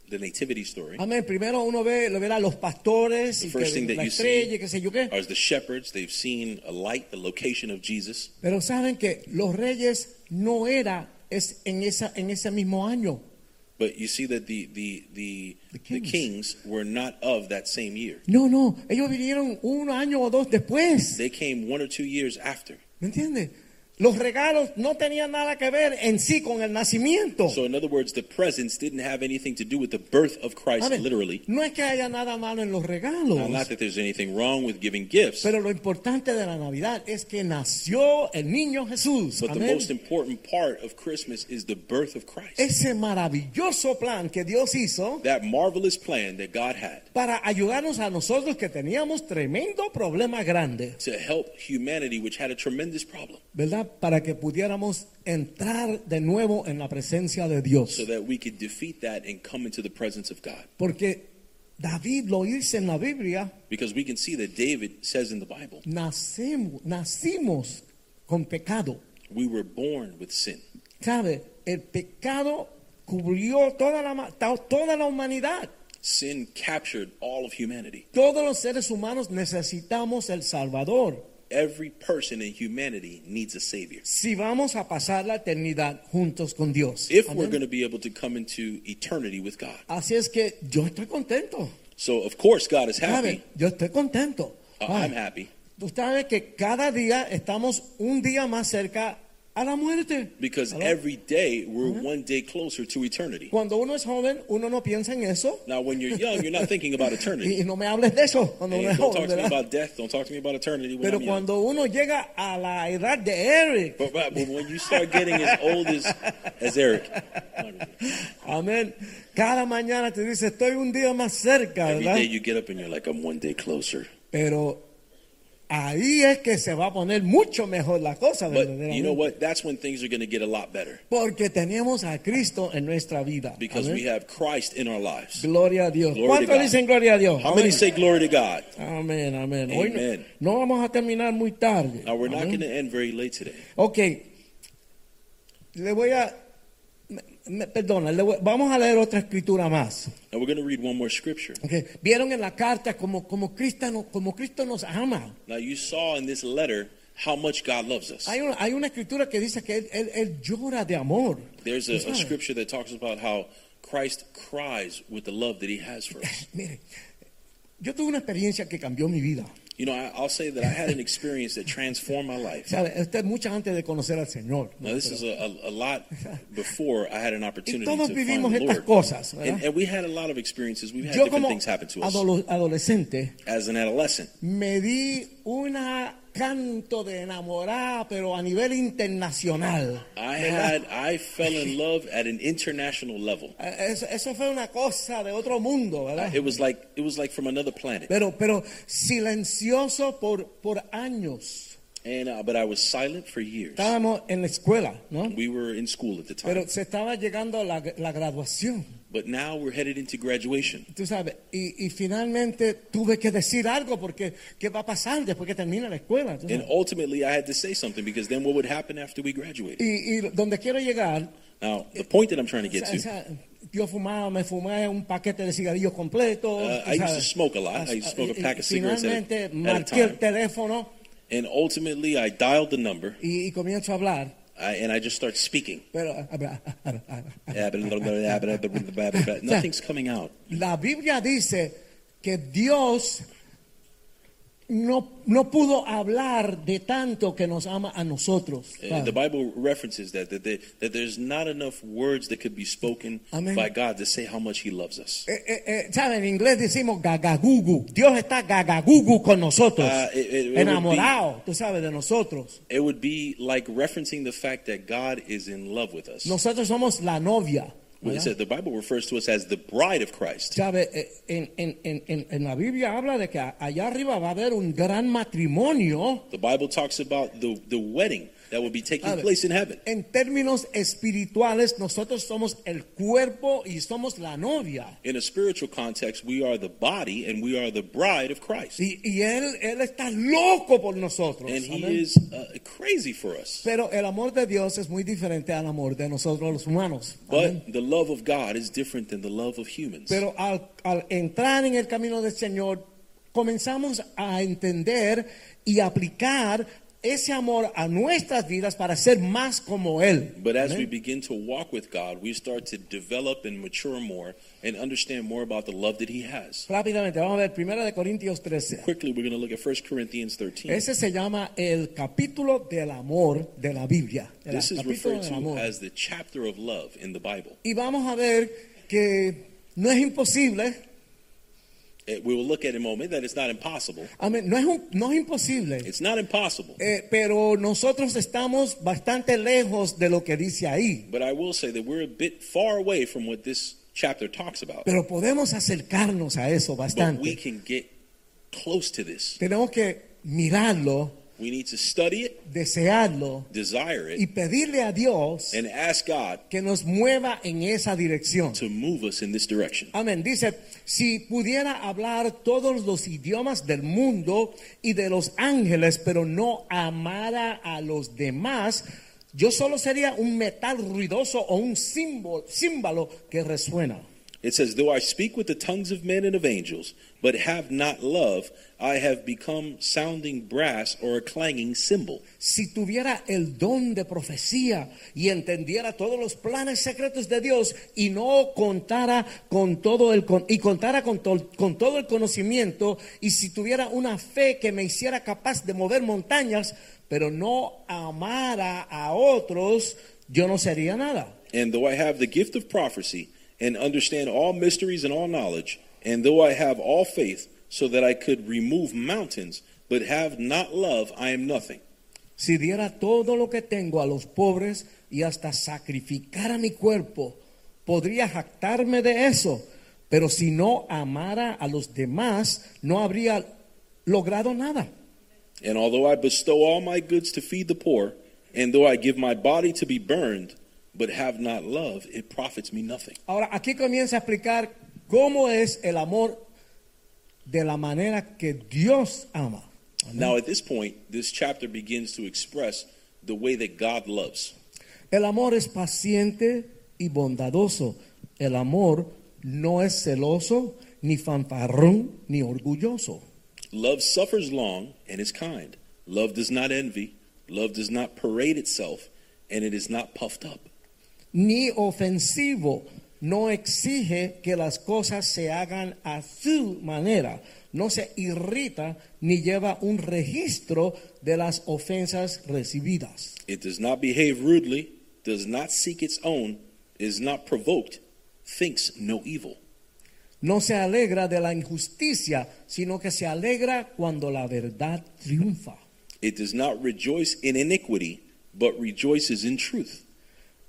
Speaker 3: the nativity story,
Speaker 2: amén, primero uno ve, le verá los pastores,
Speaker 3: The
Speaker 2: y
Speaker 3: first thing
Speaker 2: que,
Speaker 3: that
Speaker 2: la
Speaker 3: you
Speaker 2: estrella, y
Speaker 3: see
Speaker 2: qué sé yo qué.
Speaker 3: are the shepherds. They've seen a light, the location of Jesus.
Speaker 2: Pero saben que los reyes no era es en, esa, en ese mismo año.
Speaker 3: But you see that the the the,
Speaker 2: The
Speaker 3: the,
Speaker 2: kings.
Speaker 3: kings. were not of that same year.
Speaker 2: No, no, ellos vinieron un año o dos después.
Speaker 3: They came one or two years after.
Speaker 2: ¿Me entiendes? Los regalos no tenían nada que ver en sí con el nacimiento.
Speaker 3: So in other words, the presents didn't have anything to do with the birth of Christ,
Speaker 2: Amén.
Speaker 3: literally.
Speaker 2: No es que haya nada malo en los regalos.
Speaker 3: Now, not that there's anything wrong with giving gifts,
Speaker 2: Pero lo importante de la Navidad es que nació el niño Jesús.
Speaker 3: but the
Speaker 2: Amén.
Speaker 3: most important part of Christmas is the birth of Christ.
Speaker 2: Ese maravilloso plan que Dios hizo
Speaker 3: that marvelous plan that God had
Speaker 2: para ayudarnos a nosotros que teníamos tremendo problema grande.
Speaker 3: to help humanity, which had a tremendous problem.
Speaker 2: ¿Verdad? para que pudiéramos entrar de nuevo en la presencia de
Speaker 3: so
Speaker 2: Dios.
Speaker 3: that we could defeat that and come into the presence of God.
Speaker 2: Porque David lo dice en la Biblia,
Speaker 3: Because we can see that David says in the Bible,
Speaker 2: nacemos, nacimos con pecado.
Speaker 3: we were born with sin.
Speaker 2: ¿Sabe? El pecado cubrió toda la, ma- to- toda la humanidad.
Speaker 3: Sin captured all of humanity.
Speaker 2: Todos los seres humanos necesitamos el Salvador
Speaker 3: Every person in humanity needs a savior.
Speaker 2: si vamos a pasar la eternidad juntos con Dios.
Speaker 3: If we're
Speaker 2: Amén.
Speaker 3: going to be able to come into eternity with God.
Speaker 2: Así es que yo estoy contento.
Speaker 3: So of course God is
Speaker 2: ¿Sabe?
Speaker 3: happy.
Speaker 2: Yo estoy contento.
Speaker 3: Uh,
Speaker 2: Ah,
Speaker 3: I'm happy
Speaker 2: Tú sabes que cada día estamos un día más cerca a la muerte.
Speaker 3: because
Speaker 2: Hello?
Speaker 3: every day we're one day closer to eternity.
Speaker 2: Cuando uno es joven, uno no piensa en eso.
Speaker 3: Now when you're young, you're not thinking about
Speaker 2: Y, y
Speaker 3: eternity.
Speaker 2: no me hables de eso cuando
Speaker 3: Hey,
Speaker 2: uno es
Speaker 3: don't
Speaker 2: joven.
Speaker 3: talk to me
Speaker 2: ¿verdad?
Speaker 3: about death. Don't talk to me about eternity when
Speaker 2: Pero
Speaker 3: I'm young.
Speaker 2: cuando uno llega a la edad de Eric,
Speaker 3: But, but but when you start getting as old as, as Eric,
Speaker 2: amén. Cada mañana te dice, estoy un día más cerca,
Speaker 3: every
Speaker 2: ¿verdad?
Speaker 3: day you get up and you're like, I'm one day closer.
Speaker 2: Pero ahí es que se va a poner mucho mejor la cosa,
Speaker 3: But
Speaker 2: verdaderamente.
Speaker 3: you know what? That's when things are going to get a lot better
Speaker 2: Porque tenemos a Cristo en nuestra vida.
Speaker 3: because
Speaker 2: Amén.
Speaker 3: we have Christ in our lives.
Speaker 2: Gloria a Dios.
Speaker 3: Glory to
Speaker 2: ¿Cuántos
Speaker 3: God.
Speaker 2: dicen gloria a Dios?
Speaker 3: How many
Speaker 2: Amén.
Speaker 3: say glory to God?
Speaker 2: Amén, amén. Hoy no-
Speaker 3: Amen.
Speaker 2: no, vamos a terminar muy tarde.
Speaker 3: Now we're not
Speaker 2: Amén.
Speaker 3: going to end very late today.
Speaker 2: Ok. Le voy a. me- me- perdona, le voy- vamos a leer otra escritura más.
Speaker 3: And we're going to read one more scripture.
Speaker 2: Ok. Vieron en la carta como, como, Cristo, no- como Cristo nos ama.
Speaker 3: Now you saw in this letter how much God loves us.
Speaker 2: Hay una, hay una escritura que dice que él, él- él llora de amor.
Speaker 3: There's a, a
Speaker 2: ¿Sabe?
Speaker 3: scripture that talks about how Christ cries with the love that he has for us.
Speaker 2: Mire, yo tuve una experiencia que cambió mi vida.
Speaker 3: You know, I, I'll say that I had an experience that transformed my life.
Speaker 2: ¿Sabe? Esto es mucho antes de conocer al Señor.
Speaker 3: Now, this is a, a, a lot before I had an opportunity
Speaker 2: Y todos
Speaker 3: to
Speaker 2: vivimos
Speaker 3: find the
Speaker 2: estas
Speaker 3: Lord.
Speaker 2: cosas, ¿verdad?
Speaker 3: and, and we had a lot of experiences. We've had
Speaker 2: Yo
Speaker 3: different
Speaker 2: como
Speaker 3: things happen to us
Speaker 2: adolo- adolescente
Speaker 3: as an adolescent.
Speaker 2: me di una canto de enamorada, pero a nivel internacional.
Speaker 3: I
Speaker 2: ¿verdad?
Speaker 3: had I fell in love at an international level.
Speaker 2: Eh, Eso, eso fue una cosa de otro mundo, ¿verdad?
Speaker 3: It was like it was like from another planet.
Speaker 2: Pero, pero silencioso por, por años.
Speaker 3: And uh, but I was silent for years.
Speaker 2: Estábamos en la escuela, ¿no?
Speaker 3: We were in school at the time.
Speaker 2: Pero se estaba llegando la, la graduación,
Speaker 3: But now we're headed into graduation.
Speaker 2: tú sabes. Y, y finalmente tuve que decir algo porque ¿qué va a pasar después que termine la escuela? tú
Speaker 3: And
Speaker 2: sabes?
Speaker 3: ultimately, I had to say something because then what would happen after we graduated?
Speaker 2: Y, y donde quiero llegar
Speaker 3: Now, the point that I'm trying to get
Speaker 2: O
Speaker 3: to,
Speaker 2: sea, yo fumaba, me fumé un paquete de cigarrillos completo. tú
Speaker 3: Uh, I used to
Speaker 2: sabes.
Speaker 3: smoke a lot. I used to smoke a
Speaker 2: Y- y
Speaker 3: pack of cigarettes at a-
Speaker 2: Finalmente
Speaker 3: at a
Speaker 2: marqué el
Speaker 3: time.
Speaker 2: teléfono
Speaker 3: and ultimately, I dialed the number
Speaker 2: y, y comienzo a hablar.
Speaker 3: I, and I just start speaking.
Speaker 2: Pero a ver, a ver, a ver, a ver.
Speaker 3: Nothing's coming out.
Speaker 2: la Biblia dice que Dios no, no pudo hablar de tanto que nos ama a nosotros.
Speaker 3: Uh, The Bible references that that, that that there's not enough words that could be spoken
Speaker 2: Amén.
Speaker 3: by God to say how much He loves us.
Speaker 2: Eh, eh, eh, ¿sabe? En inglés decimos gagagugu. Dios está gagagugu con nosotros.
Speaker 3: Ah, eh, eh, it would be-
Speaker 2: enamorado, tú sabes, de nosotros.
Speaker 3: It would be like referencing the fact that God is in love with us.
Speaker 2: Nosotros somos la novia.
Speaker 3: When it
Speaker 2: ¿verdad?
Speaker 3: said the Bible refers to us as the bride of Christ.
Speaker 2: ¿Sabe? Eh, En, en- en- en- en la Biblia habla de que a- allá arriba va a haber un gran matrimonio
Speaker 3: The Bible talks about the, the wedding that will be taking
Speaker 2: ¿sabe?
Speaker 3: place in heaven.
Speaker 2: En términos espirituales, nosotros somos el cuerpo y somos la novia.
Speaker 3: In a spiritual context, we are the body and we are the bride of Christ.
Speaker 2: Y, y él, él está loco por nosotros.
Speaker 3: And he
Speaker 2: amén.
Speaker 3: is uh, crazy for us.
Speaker 2: Pero el amor de Dios es muy diferente al amor de nosotros los humanos. amén.
Speaker 3: But the love of God is different than the love of humans.
Speaker 2: Pero al, al entrar en el camino del Señor, comenzamos a entender y aplicar ese amor a nuestras vidas para ser más como Él.
Speaker 3: But as we
Speaker 2: Amén.
Speaker 3: begin to walk with God, we start to develop and mature more and understand more about the love that he has.
Speaker 2: Rápidamente, vamos a ver 1 de Corintios 13.
Speaker 3: Quickly, we're going to look at 1 Corinthians 13.
Speaker 2: Ese se llama el capítulo del amor de la Biblia. El
Speaker 3: This is
Speaker 2: capítulo
Speaker 3: referred
Speaker 2: del
Speaker 3: to
Speaker 2: amor.
Speaker 3: as the chapter of love in the Bible.
Speaker 2: Y vamos a ver que no es imposible,
Speaker 3: It- we will look at in a moment that it's not impossible.
Speaker 2: amén, no es, un- no es imposible,
Speaker 3: It's not impossible.
Speaker 2: Eh, pero nosotros estamos bastante lejos de lo que dice ahí.
Speaker 3: But I will say that we're a bit far away from what this chapter talks about.
Speaker 2: Pero podemos acercarnos a eso
Speaker 3: But we
Speaker 2: bastante.
Speaker 3: can get close to this.
Speaker 2: Tenemos que mirarlo
Speaker 3: We need to study it,
Speaker 2: desearlo
Speaker 3: desire
Speaker 2: y
Speaker 3: it,
Speaker 2: pedirle a Dios
Speaker 3: and ask God
Speaker 2: que nos mueva en esa dirección.
Speaker 3: to move us in this direction.
Speaker 2: Amén. Dice, si pudiera hablar todos los idiomas del mundo y de los ángeles, pero no amara a los demás, yo solo sería un metal ruidoso o un símbolo, símbolo que resuena.
Speaker 3: It says, Though I speak with the tongues of men and of angels, but have not love, I have become sounding brass or a clanging cymbal.
Speaker 2: Si tuviera el don de profecía y entendiera todos los planes secretos de Dios y no contara con todo el con- y contara con, tol- con todo el conocimiento y si tuviera una fe que me hiciera capaz de mover montañas, pero no amara a otros, yo no sería nada.
Speaker 3: And though I have the gift of prophecy and understand all mysteries and all knowledge, and though I have all faith so that I could remove mountains, but have not love, I am nothing.
Speaker 2: Si diera todo lo que tengo a los pobres y hasta sacrificara mi cuerpo, podría jactarme de eso. Pero si no amara a los demás, no habría logrado nada.
Speaker 3: And although I bestow all my goods to feed the poor, and though I give my body to be burned, but have not love, it profits me nothing.
Speaker 2: Ahora, aquí comienza a explicar cómo es el amor de la manera que Dios ama.
Speaker 3: Now, at this point, this chapter begins to express the way that God loves.
Speaker 2: El amor es paciente y bondadoso. El amor no es celoso, ni fanfarrón, ni orgulloso.
Speaker 3: Love suffers long and is kind. Love does not envy. Love does not parade itself, and it is not puffed up.
Speaker 2: ni ofensivo. No exige que las cosas se hagan a su manera. No se irrita ni lleva un registro de las ofensas recibidas.
Speaker 3: It does not behave rudely, does not seek its own, is not provoked, thinks no evil.
Speaker 2: No se alegra de la injusticia, sino que se alegra cuando la verdad triunfa.
Speaker 3: It does not rejoice in iniquity, but rejoices in truth.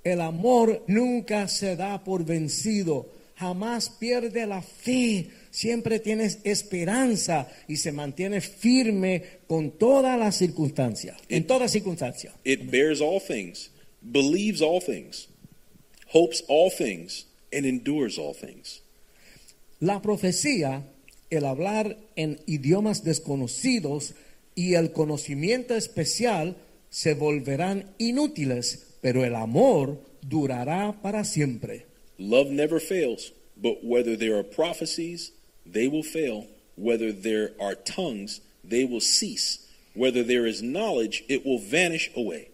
Speaker 2: El amor nunca se da por vencido, jamás pierde la fe, siempre tienes esperanza y se mantiene firme con todas las circunstancias, en todas circunstancias.
Speaker 3: It bears all things, believes all things, hopes all things, and endures all things.
Speaker 2: La profecía, el hablar en idiomas desconocidos y el conocimiento especial se volverán inútiles, pero el amor durará para siempre.
Speaker 3: Love never fails, but whether there are prophecies, they will fail. Whether there are tongues, they will cease. Whether there is knowledge, it will vanish away.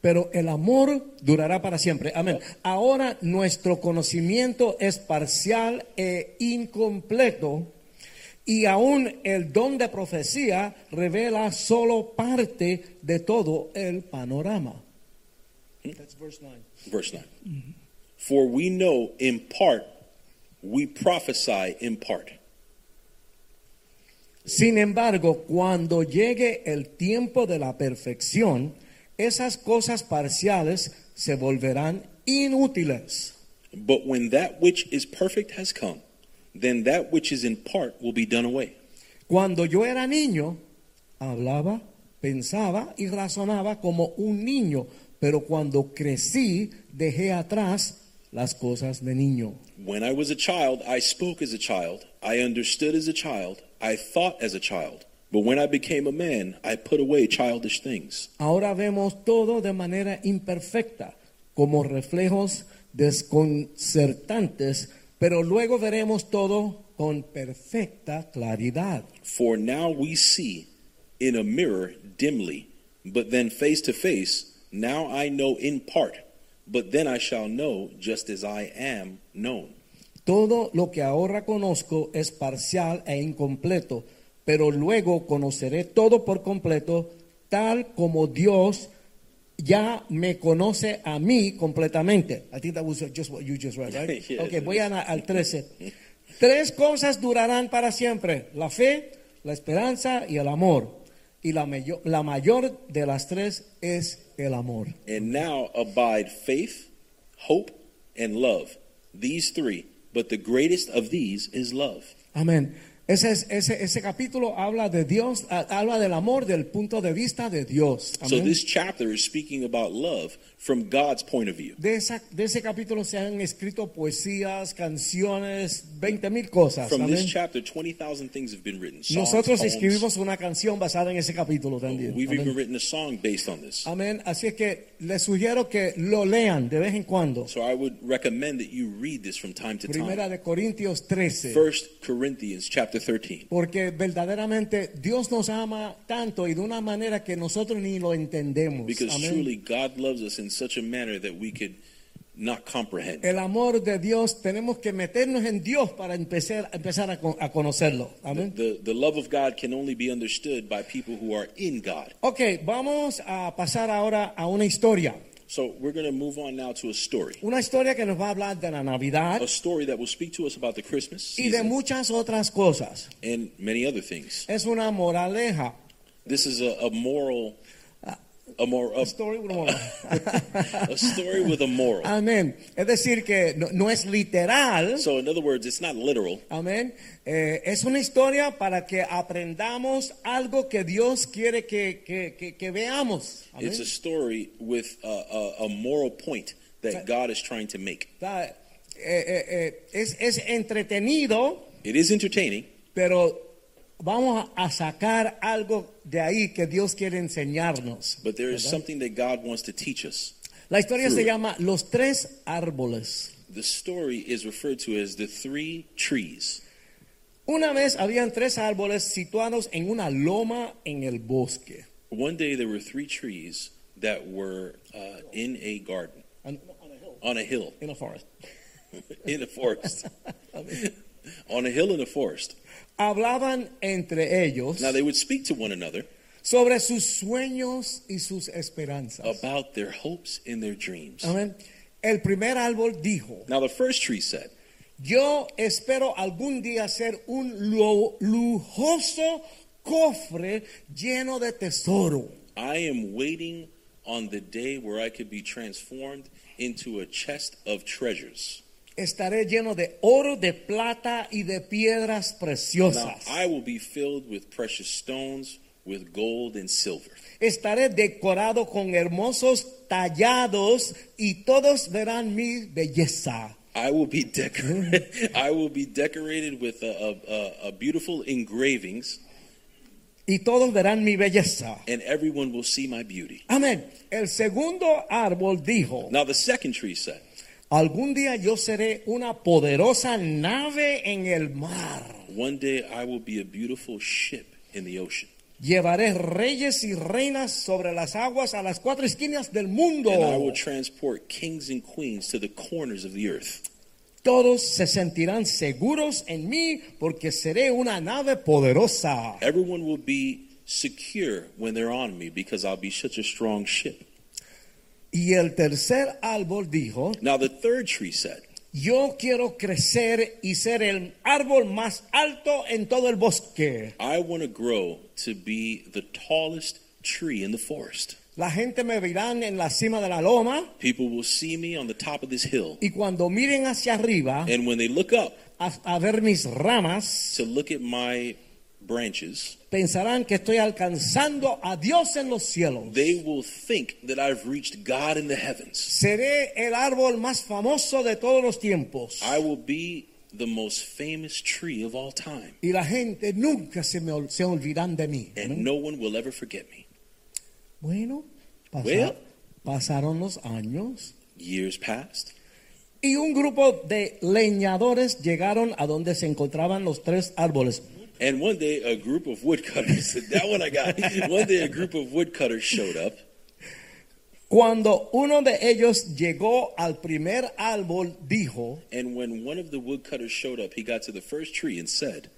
Speaker 2: Pero el amor durará para siempre. Amén. Ahora nuestro conocimiento es parcial e incompleto y aún el don de profecía revela solo parte de todo el panorama. That's verse 9.
Speaker 3: Verse 9. For we know in part, we prophesy in part.
Speaker 2: Sin embargo, cuando llegue el tiempo de la perfección, esas cosas parciales se volverán inútiles.
Speaker 3: But when that which is perfect has come, then that which is in part will be done away.
Speaker 2: Cuando yo era niño, hablaba, pensaba y razonaba como un niño, pero cuando crecí, dejé atrás las cosas de niño.
Speaker 3: When I was a child, I spoke as a child. I understood as a child. I thought as a child. But when I became a man, I put away childish things.
Speaker 2: Ahora vemos todo de manera imperfecta, como reflejos desconcertantes, pero luego veremos todo con perfecta claridad.
Speaker 3: For now we see in a mirror dimly, but then face to face. Now I know in part, but then I shall know just as I am known.
Speaker 2: Todo lo que ahora conozco es parcial e incompleto, pero luego conoceré todo por completo, tal como Dios ya me conoce a mí completamente. I think that was just what you just read, right?
Speaker 3: Yes.
Speaker 2: Okay, voy a- al 13. Tres cosas durarán para siempre: la fe, la esperanza y el amor. Y la, mello- la mayor de las tres es el amor.
Speaker 3: And now abide faith, hope, and love. These three, but the greatest of these is love.
Speaker 2: Amén. Ese, es- ese, ese capítulo habla de Dios, ah, habla del amor del punto de vista de Dios.
Speaker 3: So
Speaker 2: Amén.
Speaker 3: this chapter is speaking about love from God's point of view.
Speaker 2: de, esa- de ese capítulo se han escrito poesías, canciones, 20 mil cosas.
Speaker 3: From this
Speaker 2: Amén.
Speaker 3: chapter, 20,000 things have been written. Songs,
Speaker 2: Nosotros
Speaker 3: poems.
Speaker 2: escribimos una canción basada en ese capítulo también. Ah.
Speaker 3: We've
Speaker 2: Amén.
Speaker 3: even written a song based on this.
Speaker 2: Amén. Así es que les sugiero que lo lean de vez en cuando.
Speaker 3: So I would recommend that you read this from time to
Speaker 2: Primera
Speaker 3: time.
Speaker 2: de Corintios 13.
Speaker 3: First Corinthians chapter 13.
Speaker 2: Porque verdaderamente Dios nos ama tanto y de una manera que nosotros ni lo entendemos.
Speaker 3: Because
Speaker 2: Amén.
Speaker 3: truly God loves us in such a manner that we could not comprehend.
Speaker 2: El amor de Dios, tenemos que meternos en Dios para empezar, empezar a, con- a conocerlo. Amén.
Speaker 3: The, the love of God can only be understood by people who are in God.
Speaker 2: Ok, vamos a pasar ahora a una historia.
Speaker 3: So we're going to move on now to a story.
Speaker 2: Una historia que nos va a hablar de la Navidad
Speaker 3: A story that will speak to us about the Christmas
Speaker 2: y de
Speaker 3: season
Speaker 2: muchas otras cosas.
Speaker 3: and many other things.
Speaker 2: Es una moraleja.
Speaker 3: This is a, a moral, a more a,
Speaker 2: Story with a moral.
Speaker 3: a story with a moral.
Speaker 2: Amén. Es decir, que no, no es literal.
Speaker 3: So in other words, it's not literal.
Speaker 2: Amén. Eh, es una historia para que aprendamos algo que Dios quiere que, que- que- que veamos. Amén.
Speaker 3: It's a story with a, a, a moral point that God is trying to make.
Speaker 2: Está- eh, eh, eh, es, es entretenido,
Speaker 3: It is entertaining,
Speaker 2: pero vamos a a sacar algo de ahí que Dios quiere enseñarnos.
Speaker 3: but there is something that God wants to teach us.
Speaker 2: La historia se
Speaker 3: True.
Speaker 2: llama Los tres árboles.
Speaker 3: The story is referred to as the three trees.
Speaker 2: Una vez habían tres árboles situados en una loma en el bosque.
Speaker 3: One day there were three trees that were uh, in a garden,
Speaker 2: En
Speaker 3: on a hill,
Speaker 2: in a forest.
Speaker 3: in a forest. on a hill in a forest.
Speaker 2: Hablaban entre ellos.
Speaker 3: Now they would speak to one another
Speaker 2: sobre sus sueños y sus esperanzas.
Speaker 3: about their hopes and their dreams.
Speaker 2: Amén. El primer árbol dijo,
Speaker 3: Now the first tree said,
Speaker 2: yo espero algún día ser un lu- lujoso cofre lleno de tesoro.
Speaker 3: I am waiting on the day where I could be transformed into a chest of treasures.
Speaker 2: Estaré lleno de oro, de plata y de piedras
Speaker 3: Now
Speaker 2: preciosas.
Speaker 3: I will be filled with precious stones, with gold and silver.
Speaker 2: Estaré decorado con hermosos tallados y todos verán mi belleza.
Speaker 3: I will be decorated. I will be decorated with a, a, a, a beautiful engravings,
Speaker 2: Y todos verán mi belleza.
Speaker 3: and everyone will see my beauty.
Speaker 2: Amén. El segundo árbol dijo,
Speaker 3: Now the second tree said,
Speaker 2: Algún día yo seré una poderosa nave en el mar.
Speaker 3: "One day I will be a beautiful ship in the ocean,
Speaker 2: Llevaré reyes y reinas sobre las aguas a las cuatro esquinas del mundo.
Speaker 3: and I will transport kings and queens to the corners of the earth.
Speaker 2: Todos se sentirán seguros en mí porque seré una nave poderosa.
Speaker 3: Everyone will be secure when they're on me because I'll be such a strong ship."
Speaker 2: Y el tercer árbol dijo,
Speaker 3: Now the third tree said,
Speaker 2: yo quiero crecer y ser el árbol más alto en todo el bosque.
Speaker 3: "I want to grow to be the tallest tree in the forest.
Speaker 2: La gente me verá en la cima de la loma
Speaker 3: People will see me on the top of this hill."
Speaker 2: y cuando miren hacia arriba
Speaker 3: And when they look up
Speaker 2: a- a ver mis ramas,
Speaker 3: to look at my branches,
Speaker 2: pensarán que estoy alcanzando a Dios en los cielos.
Speaker 3: they will think that I've reached God in the heavens.
Speaker 2: Seré el árbol más famoso de todos los tiempos.
Speaker 3: I will be the most famous tree of all time,
Speaker 2: Y la gente nunca se me ol- se olvidan de mí.
Speaker 3: and no one will ever forget me.
Speaker 2: Bueno, pasa-
Speaker 3: Well.
Speaker 2: pasaron los años
Speaker 3: Years passed,
Speaker 2: y un grupo de leñadores llegaron a donde se encontraban los tres árboles.
Speaker 3: and one day a group of woodcutters, that one I got, one day a group of woodcutters showed up.
Speaker 2: Cuando uno de ellos llegó al primer árbol, dijo,
Speaker 3: And when one of the woodcutters showed up, he got to the first tree and said,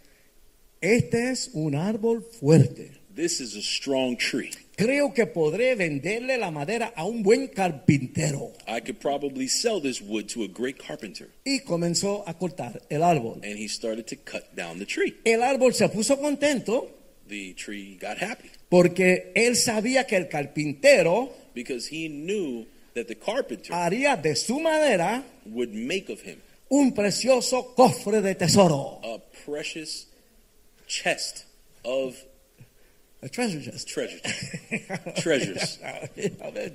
Speaker 2: este es un árbol fuerte.
Speaker 3: This is a strong tree.
Speaker 2: Creo que podré venderle la madera a un buen carpintero.
Speaker 3: I could probably sell this wood to a great carpenter.
Speaker 2: Y comenzó a cortar el árbol.
Speaker 3: And he started to cut down the tree.
Speaker 2: El árbol se puso contento
Speaker 3: The tree got happy.
Speaker 2: porque él sabía que el carpintero
Speaker 3: because he knew that the carpenter
Speaker 2: haría de su madera
Speaker 3: would make of him
Speaker 2: un precioso cofre de tesoro.
Speaker 3: a precious chest of
Speaker 2: A treasure chest.
Speaker 3: treasures. Treasures.
Speaker 2: A ver.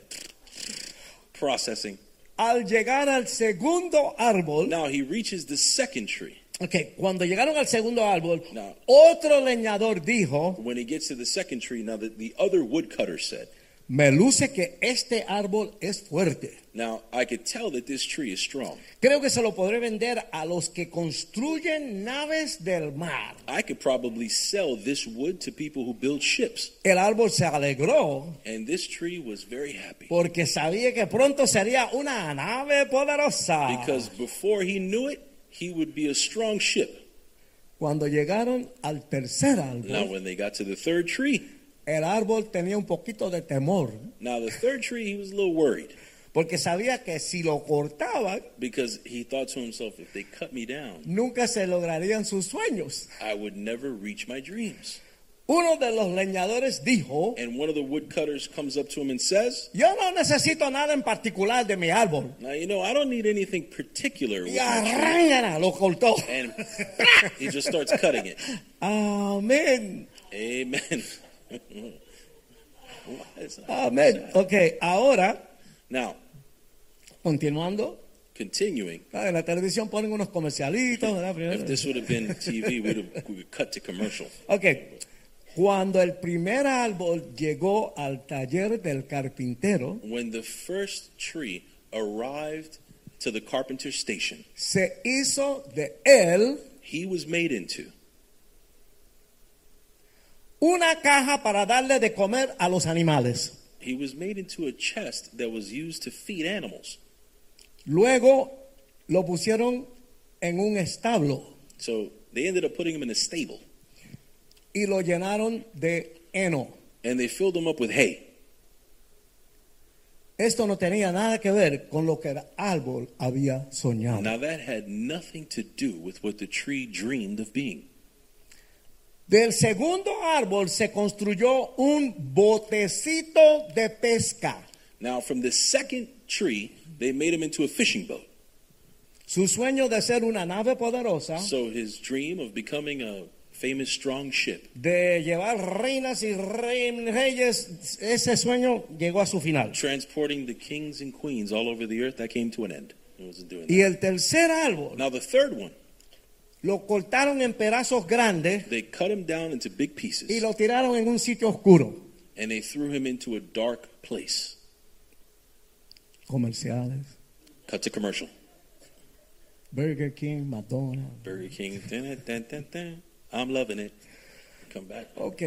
Speaker 3: Processing.
Speaker 2: Al llegar al segundo árbol,
Speaker 3: Now he reaches the second tree.
Speaker 2: ok, cuando llegaron al segundo árbol,
Speaker 3: No.
Speaker 2: otro leñador dijo,
Speaker 3: When he gets to the second tree, now the, the other woodcutter said,
Speaker 2: me luce que este árbol es fuerte.
Speaker 3: Now I could tell that this tree is strong.
Speaker 2: Creo que se lo podré vender a los que construyen naves del mar.
Speaker 3: I could probably sell this wood to people who build ships.
Speaker 2: El árbol se alegró
Speaker 3: And this tree was very happy.
Speaker 2: porque sabía que pronto sería una nave poderosa.
Speaker 3: Because before he knew it, he would be a strong ship.
Speaker 2: Cuando llegaron al tercer
Speaker 3: Now,
Speaker 2: árbol,
Speaker 3: when they got to the third tree,
Speaker 2: el árbol tenía un poquito de temor
Speaker 3: now the third tree, he was a little worried
Speaker 2: porque sabía que si lo cortaban,
Speaker 3: because he thought to himself, if they cut me down,
Speaker 2: nunca se lograrían sus sueños.
Speaker 3: I would never reach my dreams.
Speaker 2: Uno de los leñadores dijo,
Speaker 3: And one of the woodcutters comes up to him and says,
Speaker 2: yo no necesito nada en particular de mi árbol.
Speaker 3: Now, you know, I don't need anything particular. With
Speaker 2: Y
Speaker 3: my tree.
Speaker 2: arrángana, lo cortó.
Speaker 3: And he just starts cutting it.
Speaker 2: Amén.
Speaker 3: Amen. It's not-
Speaker 2: Amén. Ok, ahora,
Speaker 3: Now,
Speaker 2: continuando,
Speaker 3: continuing,
Speaker 2: claro, Ah, en la televisión ponen unos comercialitos, ¿verdad?
Speaker 3: if
Speaker 2: Primero.
Speaker 3: this would have been TV, we'd have we would cut to commercial.
Speaker 2: Ok, cuando el primer árbol llegó al taller del carpintero,
Speaker 3: When the first tree arrived to the carpenter's station,
Speaker 2: se hizo de él
Speaker 3: he was made into
Speaker 2: una caja para darle de comer a los animales.
Speaker 3: he was made into a chest that was used to feed animals.
Speaker 2: Luego lo pusieron en un establo
Speaker 3: So they ended up putting him in a stable
Speaker 2: y lo llenaron de heno.
Speaker 3: and they filled him up with hay.
Speaker 2: Esto no tenía nada que ver con lo que el árbol había soñado.
Speaker 3: Now that had nothing to do with what the tree dreamed of being.
Speaker 2: Del segundo árbol se construyó un botecito de pesca.
Speaker 3: Now from the second tree, they made him into a fishing boat.
Speaker 2: Su sueño de ser una nave poderosa,
Speaker 3: So his dream of becoming a famous strong ship
Speaker 2: de llevar reinas y rey- reyes, ese sueño llegó a su final.
Speaker 3: transporting the kings and queens all over the earth that came to an end. It wasn't doing
Speaker 2: Y
Speaker 3: that.
Speaker 2: el tercer árbol
Speaker 3: Now the third one,
Speaker 2: lo cortaron en pedazos grandes
Speaker 3: they cut him down into big
Speaker 2: y
Speaker 3: pieces
Speaker 2: lo tiraron en un sitio oscuro.
Speaker 3: and they threw him into a dark place.
Speaker 2: Comerciales,
Speaker 3: Cut to commercial.
Speaker 2: Burger King, McDonald's.
Speaker 3: Burger King. Dun, dun, dun, dun. I'm loving it. Come back.
Speaker 2: Ok.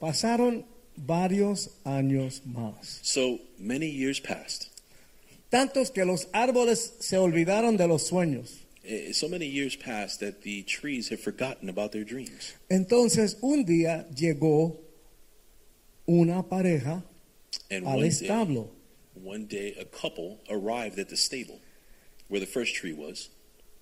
Speaker 2: Pasaron varios años más.
Speaker 3: So many years passed.
Speaker 2: Tantos que los árboles se olvidaron de los sueños.
Speaker 3: Eh, So many years passed that the trees have forgotten about their dreams.
Speaker 2: Entonces un día llegó una pareja
Speaker 3: And
Speaker 2: al
Speaker 3: one day,
Speaker 2: establo.
Speaker 3: one day, a couple arrived at the stable where the first tree was.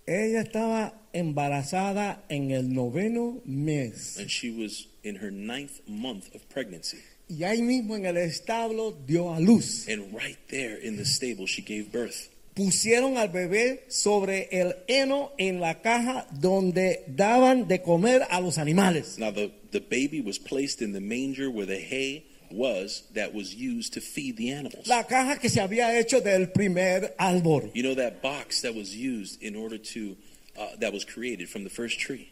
Speaker 2: Ella estaba embarazada en el noveno mes.
Speaker 3: and she was in her ninth month of pregnancy.
Speaker 2: Y ahí mismo en el establo dio a luz.
Speaker 3: And right there in the stable, she gave birth.
Speaker 2: pusieron al bebé sobre el heno en la caja donde daban de comer a los animales.
Speaker 3: Now, the, the baby was placed in the manger where the hay was that was used to feed the animals.
Speaker 2: La caja que se había hecho del primer árbol.
Speaker 3: You know, that box that was used in order to, uh, that was created from the first tree.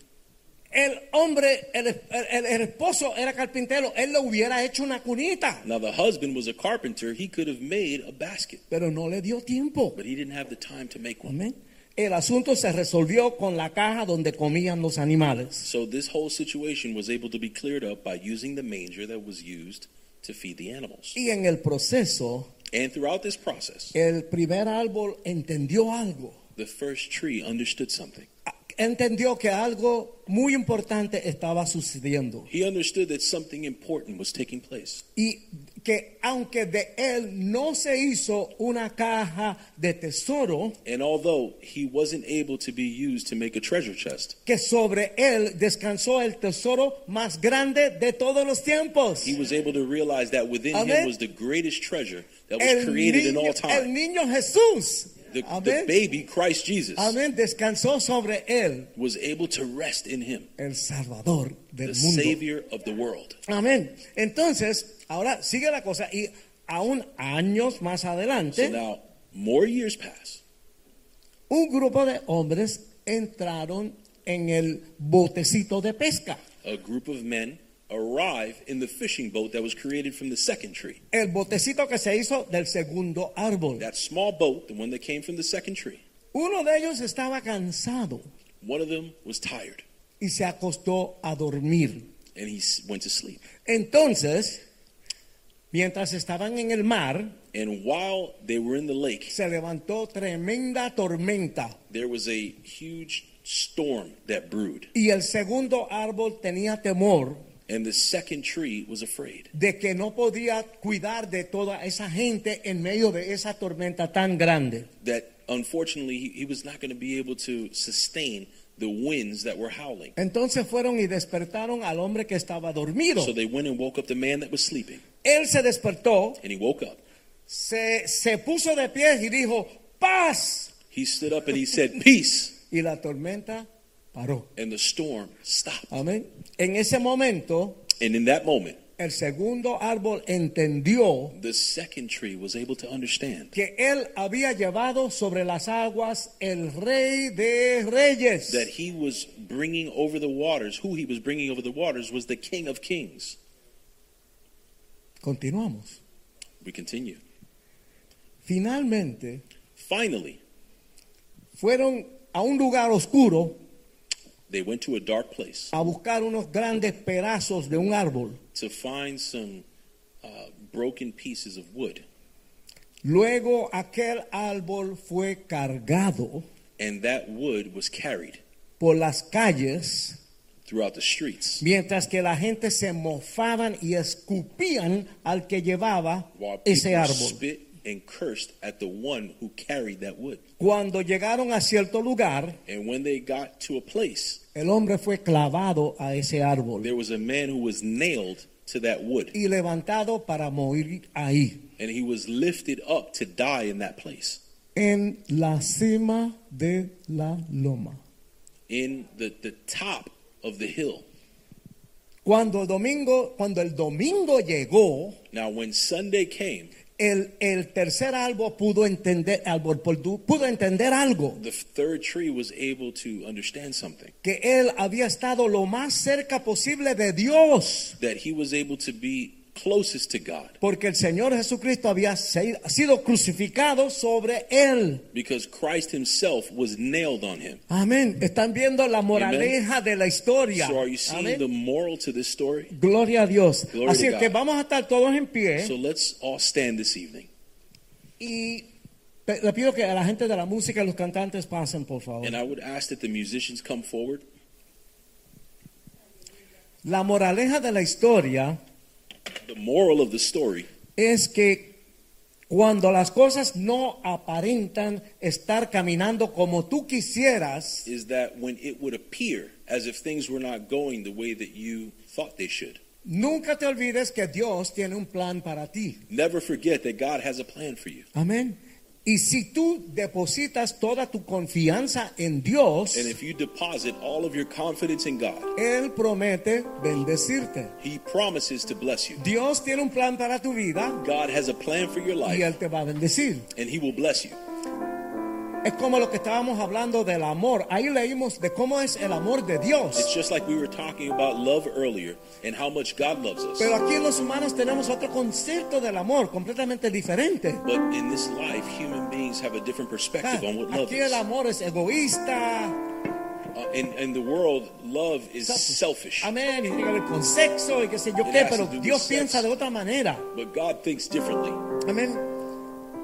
Speaker 2: El hombre, el, el- el esposo era carpintero, él le hubiera hecho una cunita,
Speaker 3: Now, the husband was a carpenter. He could have made a basket,
Speaker 2: pero no le dio tiempo.
Speaker 3: but he didn't have the time to make one.
Speaker 2: Amén. El asunto se resolvió con la caja donde comían los animales.
Speaker 3: So, this whole situation was able to be cleared up by using the manger that was used to feed the animals.
Speaker 2: Y en el proceso,
Speaker 3: And throughout this process,
Speaker 2: el primer árbol entendió algo.
Speaker 3: the first tree understood something.
Speaker 2: Entendió que algo muy importante estaba sucediendo.
Speaker 3: He understood that something important was taking place.
Speaker 2: y que aunque de él no se hizo una caja de tesoro,
Speaker 3: And although he wasn't able to be used to make a treasure chest,
Speaker 2: que sobre él descansó el tesoro más grande de todos los tiempos.
Speaker 3: he was able to realize that within
Speaker 2: Amen.
Speaker 3: him was the greatest treasure that was
Speaker 2: El
Speaker 3: created in
Speaker 2: niño,
Speaker 3: all
Speaker 2: el
Speaker 3: time.
Speaker 2: niño Jesús.
Speaker 3: The, the
Speaker 2: Amén.
Speaker 3: baby, Christ Jesus,
Speaker 2: Amén. Descansó sobre él
Speaker 3: was able to rest in him,
Speaker 2: el Salvador
Speaker 3: the
Speaker 2: del mundo.
Speaker 3: Savior of the world.
Speaker 2: Amén. Entonces, ahora sigue la cosa y aún años más
Speaker 3: So
Speaker 2: adelante,
Speaker 3: now, more years pass.
Speaker 2: un grupo de hombres entraron en el botecito de pesca.
Speaker 3: A group of men arrive in the fishing boat that was created from the second tree.
Speaker 2: El botecito que se hizo del segundo árbol.
Speaker 3: That small boat, the one that came from the second tree,
Speaker 2: Uno de ellos estaba cansado
Speaker 3: one of them was tired
Speaker 2: y se acostó a dormir.
Speaker 3: and he s- went to sleep.
Speaker 2: Entonces, mientras estaban en el mar,
Speaker 3: And while they were in the lake,
Speaker 2: se levantó tremenda tormenta
Speaker 3: there was a huge storm that brewed,
Speaker 2: y el segundo árbol tenía temor
Speaker 3: and the second tree was afraid
Speaker 2: de que no podía cuidar de toda esa gente en medio de esa tormenta tan grande.
Speaker 3: that unfortunately he, he was not going to be able to sustain the winds that were howling.
Speaker 2: Entonces fueron y despertaron al hombre que estaba dormido.
Speaker 3: So they went and woke up the man that was sleeping,
Speaker 2: Él se despertó,
Speaker 3: and he woke up.
Speaker 2: se, se puso de pie y dijo, paz.
Speaker 3: He stood up and he said, Peace!
Speaker 2: Y la tormenta paró.
Speaker 3: And the storm stopped.
Speaker 2: Amén. En ese momento,
Speaker 3: And in that moment,
Speaker 2: el segundo árbol entendió
Speaker 3: the second tree was able to understand
Speaker 2: que él había llevado sobre las aguas el rey de reyes.
Speaker 3: that he was bringing over the waters, who he was bringing over the waters was the King of Kings.
Speaker 2: Continuamos.
Speaker 3: We continue.
Speaker 2: Finalmente,
Speaker 3: Finally,
Speaker 2: fueron a un lugar oscuro
Speaker 3: they went to a dark place
Speaker 2: a buscar unos grandes pedazos de un árbol.
Speaker 3: to find some uh, broken pieces of wood.
Speaker 2: Luego aquel árbol fue cargado
Speaker 3: And that wood was carried
Speaker 2: por las calles
Speaker 3: throughout the streets
Speaker 2: mientras que la gente se mofaban y escupían al que llevaba
Speaker 3: while people
Speaker 2: ese árbol.
Speaker 3: spit and cursed at the one who carried that wood.
Speaker 2: Cuando llegaron a cierto lugar,
Speaker 3: And when they got to a place,
Speaker 2: el hombre fue clavado a ese árbol
Speaker 3: there was a man who was nailed to that wood.
Speaker 2: y levantado para morir ahí,
Speaker 3: and he was lifted up to die in that place
Speaker 2: en la cima de la loma.
Speaker 3: in the, the top of the hill
Speaker 2: Cuando el domingo, cuando el domingo llegó,
Speaker 3: now when sunday came
Speaker 2: el, el tercer árbol pudo entender, árbol pudo pudo entender algo,
Speaker 3: the third tree was able to understand something
Speaker 2: que él había estado lo más cerca posible de Dios,
Speaker 3: that he was able to be closest to god
Speaker 2: porque el Señor Jesucristo había se- sido crucificado sobre él.
Speaker 3: because christ himself was nailed on him
Speaker 2: Amén. Están viendo la moraleja de la historia.
Speaker 3: so are you seeing
Speaker 2: Amén.
Speaker 3: the moral to this story
Speaker 2: Gloria a Dios.
Speaker 3: Gloria
Speaker 2: Así
Speaker 3: to
Speaker 2: es que
Speaker 3: God.
Speaker 2: vamos a estar todos en pie
Speaker 3: so let's all stand this evening
Speaker 2: y pe- le pido que a la gente de la música y los cantantes pasen, por favor.
Speaker 3: and i would ask that the musicians come forward
Speaker 2: La moraleja de la historia
Speaker 3: the moral of the story
Speaker 2: es que cuando las cosas no aparentan estar caminando como tú quisieras,
Speaker 3: is that when it would appear as if things were not going the way that you thought they should
Speaker 2: nunca te olvides que Dios tiene un plan para ti.
Speaker 3: Never forget that God has a plan for you.
Speaker 2: Amén. Y si tú depositas toda tu confianza en Dios,
Speaker 3: And if you deposit all of your confidence in God,
Speaker 2: Él promete bendecirte.
Speaker 3: He promises to bless you.
Speaker 2: Dios tiene un plan para tu vida
Speaker 3: God has a plan for your
Speaker 2: y
Speaker 3: life,
Speaker 2: Él te va a bendecir.
Speaker 3: and He will bless you.
Speaker 2: Es como lo que estábamos hablando del amor. Ahí leímos de cómo es el amor de Dios.
Speaker 3: It's just like we were talking about love earlier and how much God loves us.
Speaker 2: Pero aquí los humanos tenemos otro concepto del amor completamente diferente.
Speaker 3: But in this life, human beings have a different
Speaker 2: Ah,
Speaker 3: perspective on what love
Speaker 2: Aquí el
Speaker 3: is. Uh,
Speaker 2: amor es egoísta,
Speaker 3: in, in the world, love is
Speaker 2: Selfish.
Speaker 3: selfish.
Speaker 2: amén, y tiene que ver con sexo y qué sé yo
Speaker 3: It
Speaker 2: qué,
Speaker 3: has to
Speaker 2: pero
Speaker 3: do with
Speaker 2: Dios
Speaker 3: sex.
Speaker 2: piensa de otra manera,
Speaker 3: But God thinks differently.
Speaker 2: amén.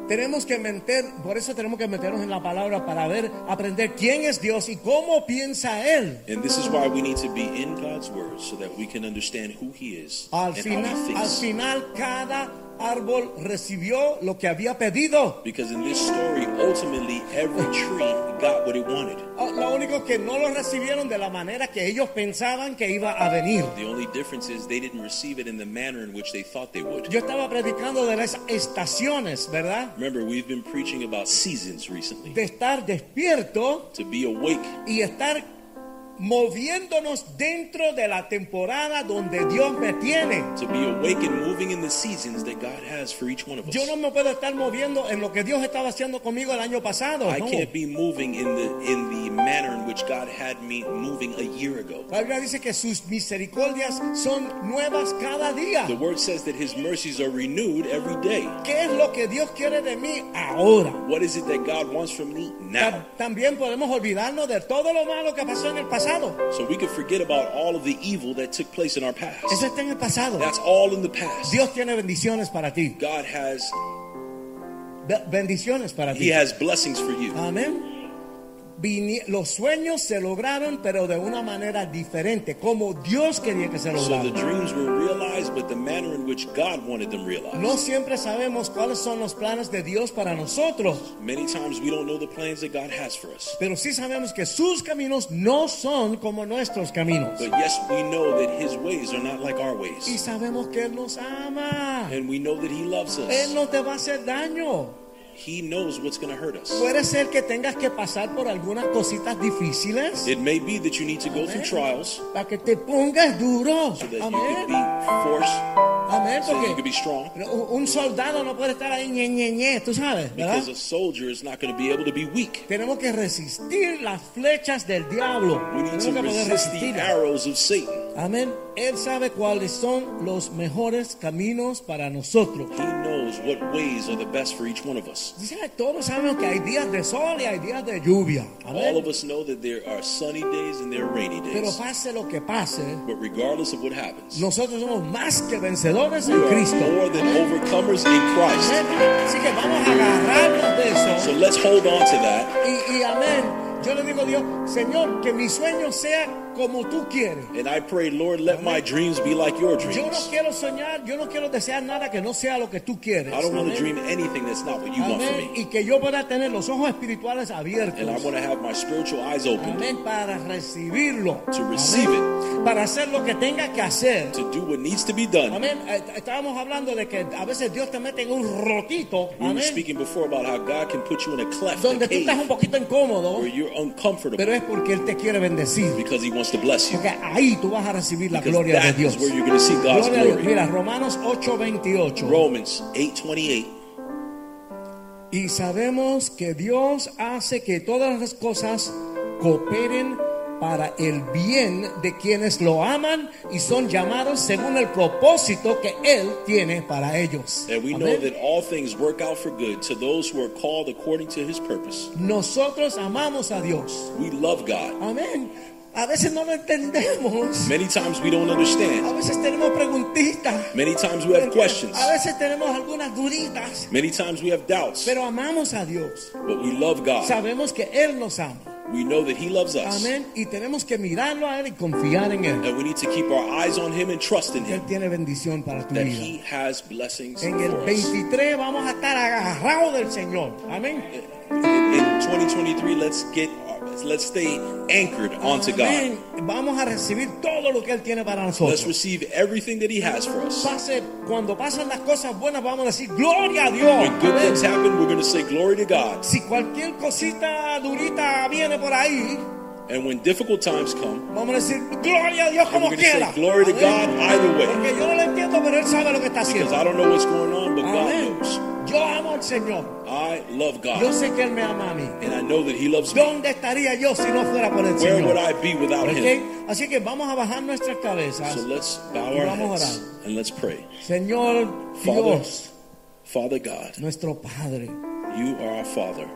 Speaker 2: Tenemos que meter, por eso tenemos que meternos en la palabra para ver, aprender quién es Dios y cómo piensa Él.
Speaker 3: And this is why we need to be in God's Word so that we can understand who He is
Speaker 2: Al
Speaker 3: and how He
Speaker 2: final, al
Speaker 3: thinks.
Speaker 2: final cada árbol recibió lo que había pedido.
Speaker 3: Because in this story, ultimately, every tree got what it wanted.
Speaker 2: Ah, Lo único que no lo recibieron de la manera que ellos pensaban que iba a venir.
Speaker 3: The only difference is they didn't receive it in the manner in which they thought they would.
Speaker 2: Yo estaba predicando de las estaciones, ¿verdad?
Speaker 3: Remember, we've been preaching about seasons recently.
Speaker 2: De estar despierto
Speaker 3: To be awake
Speaker 2: y estar moviéndonos dentro de la temporada donde Dios me tiene.
Speaker 3: to be awake and moving in the seasons that God has for each one of us.
Speaker 2: Yo no me puedo estar moviendo en lo que Dios estaba haciendo conmigo el año pasado.
Speaker 3: I
Speaker 2: no.
Speaker 3: can't be moving in the in the manner in which God had me moving a year ago.
Speaker 2: La Biblia dice que sus misericordias son nuevas cada día.
Speaker 3: The word says that his mercies are renewed every day.
Speaker 2: ¿Qué es lo que Dios quiere de mí ahora?
Speaker 3: What is it that God wants from me now?
Speaker 2: Ta- También podemos olvidarnos de todo lo malo que pasó en el pasado.
Speaker 3: So we can forget about all of the evil that took place in our
Speaker 2: Eso
Speaker 3: past.
Speaker 2: está en el pasado.
Speaker 3: That's all in the past.
Speaker 2: Dios tiene bendiciones para ti.
Speaker 3: God has
Speaker 2: Be- Bendiciones para
Speaker 3: He
Speaker 2: ti.
Speaker 3: has blessings for you.
Speaker 2: Amén. Vini- los sueños se lograron, pero de una manera diferente, como Dios quería que se
Speaker 3: So the
Speaker 2: lograran.
Speaker 3: dreams were realized, but the manner in which God wanted them realized.
Speaker 2: No siempre sabemos cuáles son los planes de Dios para nosotros,
Speaker 3: Many times we don't know the plans that God has for us.
Speaker 2: pero sí sabemos que sus caminos no son como nuestros caminos.
Speaker 3: But yes, we know that His ways are not like our
Speaker 2: Y
Speaker 3: ways.
Speaker 2: sabemos que Él nos ama.
Speaker 3: And we know that He loves
Speaker 2: Él
Speaker 3: us.
Speaker 2: no te va a hacer daño.
Speaker 3: He knows what's going to hurt us.
Speaker 2: Puede ser que tengas que pasar por algunas cositas difíciles
Speaker 3: It may be that you need to go through
Speaker 2: Amén.
Speaker 3: trials
Speaker 2: para que te pongas duro.
Speaker 3: so that you can
Speaker 2: Amén.
Speaker 3: be forced,
Speaker 2: Amén.
Speaker 3: so that you can
Speaker 2: Porque
Speaker 3: be strong.
Speaker 2: un soldado no puede estar ahí ñe, ñe, ñe, tú sabes, ¿verdad?
Speaker 3: Because a soldier is not going to be able to be weak.
Speaker 2: Tenemos que resistir las flechas del diablo.
Speaker 3: We need
Speaker 2: Tenemos
Speaker 3: to
Speaker 2: que poder
Speaker 3: resist the
Speaker 2: resistirlas.
Speaker 3: arrows of Satan.
Speaker 2: Amén. Él sabe cuáles son los mejores caminos para nosotros.
Speaker 3: He knows what ways are the best for each one of us.
Speaker 2: Tú sabes, Todos sabemos que hay días de sol y hay días de lluvia.
Speaker 3: All
Speaker 2: Amén.
Speaker 3: of us know that there are sunny days and there are rainy
Speaker 2: Pero
Speaker 3: days.
Speaker 2: pase lo que pase,
Speaker 3: But regardless of what happens,
Speaker 2: Nosotros somos más que vencedores
Speaker 3: we
Speaker 2: en Cristo.
Speaker 3: are more than overcomers in Christ.
Speaker 2: Así que vamos a agarrarnos de
Speaker 3: So
Speaker 2: eso.
Speaker 3: let's hold on to that.
Speaker 2: Y, y amén. Yo le digo a Dios, Señor, que mi sueño sea como tú quieres.
Speaker 3: And I pray, Lord, let my dreams be like your
Speaker 2: Yo no
Speaker 3: dreams.
Speaker 2: quiero soñar, yo no quiero desear nada que no sea lo que tú quieres.
Speaker 3: I don't want to
Speaker 2: Amén.
Speaker 3: dream anything that's not what you want for
Speaker 2: Amén.
Speaker 3: me.
Speaker 2: Y que yo pueda tener los ojos espirituales
Speaker 3: And I
Speaker 2: abiertos.
Speaker 3: want to have my spiritual eyes open
Speaker 2: Amén. Para recibirlo.
Speaker 3: To receive
Speaker 2: Amén. Para hacer lo que tenga que hacer.
Speaker 3: to do what needs to be done.
Speaker 2: Amén. Eh, Estábamos hablando de que a veces Dios te mete en un rotito.
Speaker 3: We were
Speaker 2: Amén.
Speaker 3: speaking before about how God can put you in a cleft, a
Speaker 2: donde tú
Speaker 3: cave,
Speaker 2: estás un poquito incómodo,
Speaker 3: where you're
Speaker 2: pero
Speaker 3: uncomfortable
Speaker 2: es porque Él te quiere bendecir.
Speaker 3: because He wants to bless you.
Speaker 2: Porque ahí tú vas a recibir la
Speaker 3: Because
Speaker 2: gloria de
Speaker 3: that
Speaker 2: Dios.
Speaker 3: is where you're going to see
Speaker 2: Gloria
Speaker 3: God's
Speaker 2: a Dios.
Speaker 3: glory.
Speaker 2: Mira, Romanos 8:28.
Speaker 3: Romans 8:28.
Speaker 2: y sabemos que Dios hace que todas las cosas cooperen para el bien de quienes lo aman y son llamados según el propósito que Él tiene para ellos.
Speaker 3: And we know
Speaker 2: Amén.
Speaker 3: that all things work out for good to those who are called according to His purpose.
Speaker 2: Nosotros amamos a Dios.
Speaker 3: We love God.
Speaker 2: Amén. A veces no lo entendemos.
Speaker 3: Many times we don't understand.
Speaker 2: A veces tenemos preguntitas.
Speaker 3: Many times we have questions.
Speaker 2: A veces tenemos algunas duditas,
Speaker 3: Many times we have doubts.
Speaker 2: pero amamos a Dios.
Speaker 3: But we love God.
Speaker 2: Sabemos que Él nos ama.
Speaker 3: We know that He loves us.
Speaker 2: Amén. Y tenemos que mirarlo a Él y confiar en Él.
Speaker 3: And we need to keep our eyes on Him and trust in
Speaker 2: Él
Speaker 3: Him
Speaker 2: tiene bendición para tu
Speaker 3: that
Speaker 2: vida.
Speaker 3: He has blessings
Speaker 2: En el
Speaker 3: for us.
Speaker 2: 23 vamos a estar agarrados del Señor. Amén.
Speaker 3: In, in 2023, let's get our- let's stay anchored onto God.
Speaker 2: Amén. Vamos a recibir todo lo que Él tiene para
Speaker 3: Let's
Speaker 2: nosotros.
Speaker 3: receive everything that He has for us.
Speaker 2: Pase- cuando pasan las cosas buenas, vamos a decir gloria a Dios.
Speaker 3: When good
Speaker 2: Amén.
Speaker 3: things happen, we're going to say glory to God.
Speaker 2: Si cualquier cosita durita viene por ahí,
Speaker 3: And when difficult times come,
Speaker 2: Vamos a decir gloria a Dios
Speaker 3: and
Speaker 2: como
Speaker 3: we're going to
Speaker 2: quiera.
Speaker 3: say glory to God
Speaker 2: Amén.
Speaker 3: either way.
Speaker 2: Porque yo no lo entiendo, pero él sabe lo que está
Speaker 3: Because
Speaker 2: haciendo.
Speaker 3: I don't know what's going on, but God
Speaker 2: Amén.
Speaker 3: knows.
Speaker 2: Yo amo al Señor.
Speaker 3: I love
Speaker 2: Yo
Speaker 3: God.
Speaker 2: sé que él me ama a mí.
Speaker 3: And I know that He loves me.
Speaker 2: ¿Dónde estaría yo si no fuera por el
Speaker 3: Where would
Speaker 2: Señor?
Speaker 3: I be without Him?
Speaker 2: ¿Ok? Así que vamos a bajar nuestras cabezas.
Speaker 3: So let's bow
Speaker 2: Y
Speaker 3: our
Speaker 2: vamos a
Speaker 3: heads and let's pray.
Speaker 2: Señor
Speaker 3: Father.
Speaker 2: Dios,
Speaker 3: Father God,
Speaker 2: nuestro Padre,
Speaker 3: you are our Father.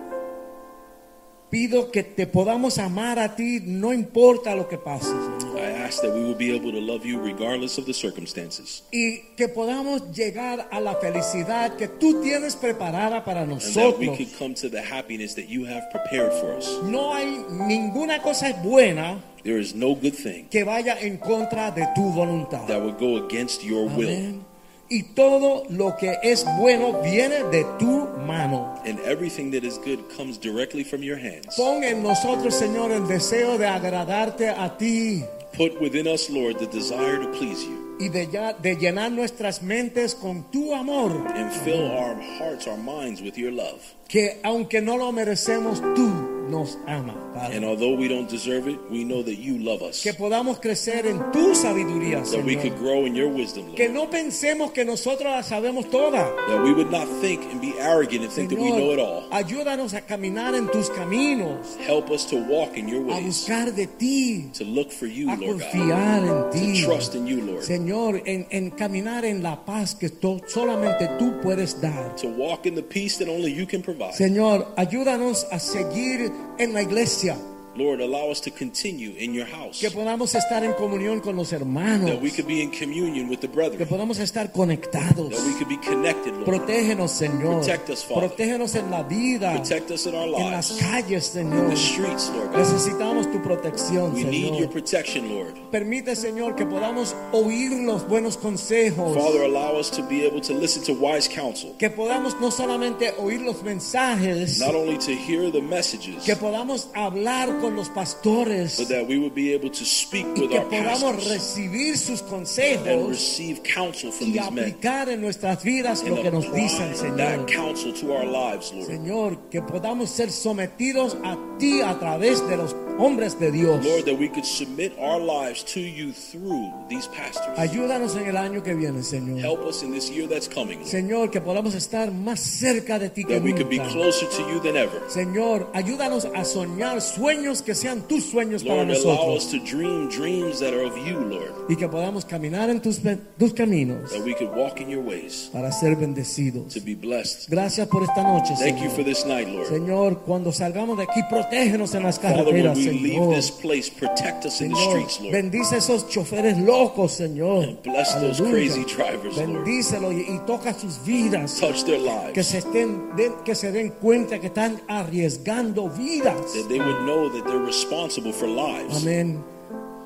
Speaker 2: pido que te podamos amar a ti, no importa lo que pase. Señor.
Speaker 3: I ask that we will be able to love you regardless of the circumstances.
Speaker 2: Y que podamos llegar a la felicidad que tú tienes preparada para
Speaker 3: And that we
Speaker 2: nosotros.
Speaker 3: could come to the happiness that you have prepared for us.
Speaker 2: No hay ninguna cosa buena
Speaker 3: There is no good thing
Speaker 2: que vaya en contra de tu voluntad.
Speaker 3: that would go against your will.
Speaker 2: Amén. y todo lo que es bueno viene de tu mano.
Speaker 3: and everything that is good comes directly from your hands.
Speaker 2: Pon en nosotros, Señor, el deseo de agradarte a ti
Speaker 3: Put within us, Lord, the desire to please you,
Speaker 2: y de, ya- de llenar nuestras mentes con tu amor,
Speaker 3: and fill our hearts, our minds with your love.
Speaker 2: que aunque no lo merecemos, tú nos amas, Padre.
Speaker 3: And although we don't deserve it, we know that you love us.
Speaker 2: Que podamos crecer en tu sabiduría,
Speaker 3: That we could
Speaker 2: Señor.
Speaker 3: grow in your wisdom,
Speaker 2: Que
Speaker 3: Lord.
Speaker 2: no pensemos que nosotros la sabemos toda.
Speaker 3: That we would not think and be arrogant and think that we know it
Speaker 2: Señor,
Speaker 3: all.
Speaker 2: ayúdanos a caminar en tus caminos,
Speaker 3: Help us to walk in your
Speaker 2: a
Speaker 3: ways,
Speaker 2: buscar de ti,
Speaker 3: to look for you,
Speaker 2: a
Speaker 3: Lord God,
Speaker 2: confiar en
Speaker 3: to
Speaker 2: ti.
Speaker 3: trust in you, Lord,
Speaker 2: Señor, en, en caminar en la paz que to- solamente tú puedes dar.
Speaker 3: to walk in the peace that only you can provide.
Speaker 2: Señor, ayúdanos a seguir en la iglesia,
Speaker 3: Lord, allow us to continue in your house,
Speaker 2: que podamos estar en comunión con los
Speaker 3: that
Speaker 2: hermanos,
Speaker 3: we could be in communion with the
Speaker 2: que
Speaker 3: brethren,
Speaker 2: podamos estar conectados.
Speaker 3: that we could be connected, Lord.
Speaker 2: Protégenos, Señor.
Speaker 3: Protect us, Father.
Speaker 2: Protégenos en la vida,
Speaker 3: Protect us in our
Speaker 2: en las
Speaker 3: lives,
Speaker 2: calles,
Speaker 3: in
Speaker 2: Señor.
Speaker 3: the streets, Lord God.
Speaker 2: Necesitamos tu protección,
Speaker 3: We need your
Speaker 2: Señor.
Speaker 3: protection, Lord.
Speaker 2: Permite, Señor, que podamos oír los buenos consejos.
Speaker 3: Father, allow us to be able to listen to wise counsel,
Speaker 2: que podamos no solamente oír los mensajes,
Speaker 3: not only to hear the messages,
Speaker 2: que podamos hablar con los pastores
Speaker 3: but that we would be able to speak
Speaker 2: y
Speaker 3: with
Speaker 2: que
Speaker 3: our
Speaker 2: podamos
Speaker 3: pastors
Speaker 2: recibir sus
Speaker 3: and
Speaker 2: consejos
Speaker 3: receive counsel from
Speaker 2: y
Speaker 3: these men
Speaker 2: aplicar en nuestras vidas lo que
Speaker 3: and
Speaker 2: nos
Speaker 3: apply
Speaker 2: dicen,
Speaker 3: that
Speaker 2: Señor.
Speaker 3: counsel to our lives, Lord.
Speaker 2: Señor, que podamos ser sometidos a ti a través de los hombres de Dios.
Speaker 3: Lord, that we could submit our lives to you through these pastors.
Speaker 2: Ayúdanos en el año que viene, Señor.
Speaker 3: Help us in this year that's coming, Lord,
Speaker 2: Señor, que podamos estar más cerca de ti que
Speaker 3: that we could be
Speaker 2: nunca.
Speaker 3: closer to you than ever.
Speaker 2: Señor, ayúdanos a soñar sueños que sean tus sueños para
Speaker 3: Lord, allow
Speaker 2: nosotros
Speaker 3: us to dream dreams that are of you, Lord,
Speaker 2: y que podamos caminar en tus, tus caminos
Speaker 3: that we could walk in your ways
Speaker 2: para ser
Speaker 3: to
Speaker 2: bendecidos.
Speaker 3: be blessed.
Speaker 2: Gracias por esta noche,
Speaker 3: Thank you
Speaker 2: Señor.
Speaker 3: for this night, Lord.
Speaker 2: Señor, cuando salgamos de aquí, protégenos en las
Speaker 3: Father, when
Speaker 2: carreteras,
Speaker 3: we leave
Speaker 2: Señor.
Speaker 3: this place, protect us in the
Speaker 2: Señor,
Speaker 3: streets, Lord.
Speaker 2: bendice esos choferes locos, Señor.
Speaker 3: And bless those
Speaker 2: Aleluya.
Speaker 3: crazy drivers, Lord.
Speaker 2: Bendícelo y, y toca sus vidas.
Speaker 3: Touch their
Speaker 2: Que
Speaker 3: lives.
Speaker 2: se, estén, den- que se den cuenta que están arriesgando vidas.
Speaker 3: That they would know that they're responsible for lives.
Speaker 2: Amén.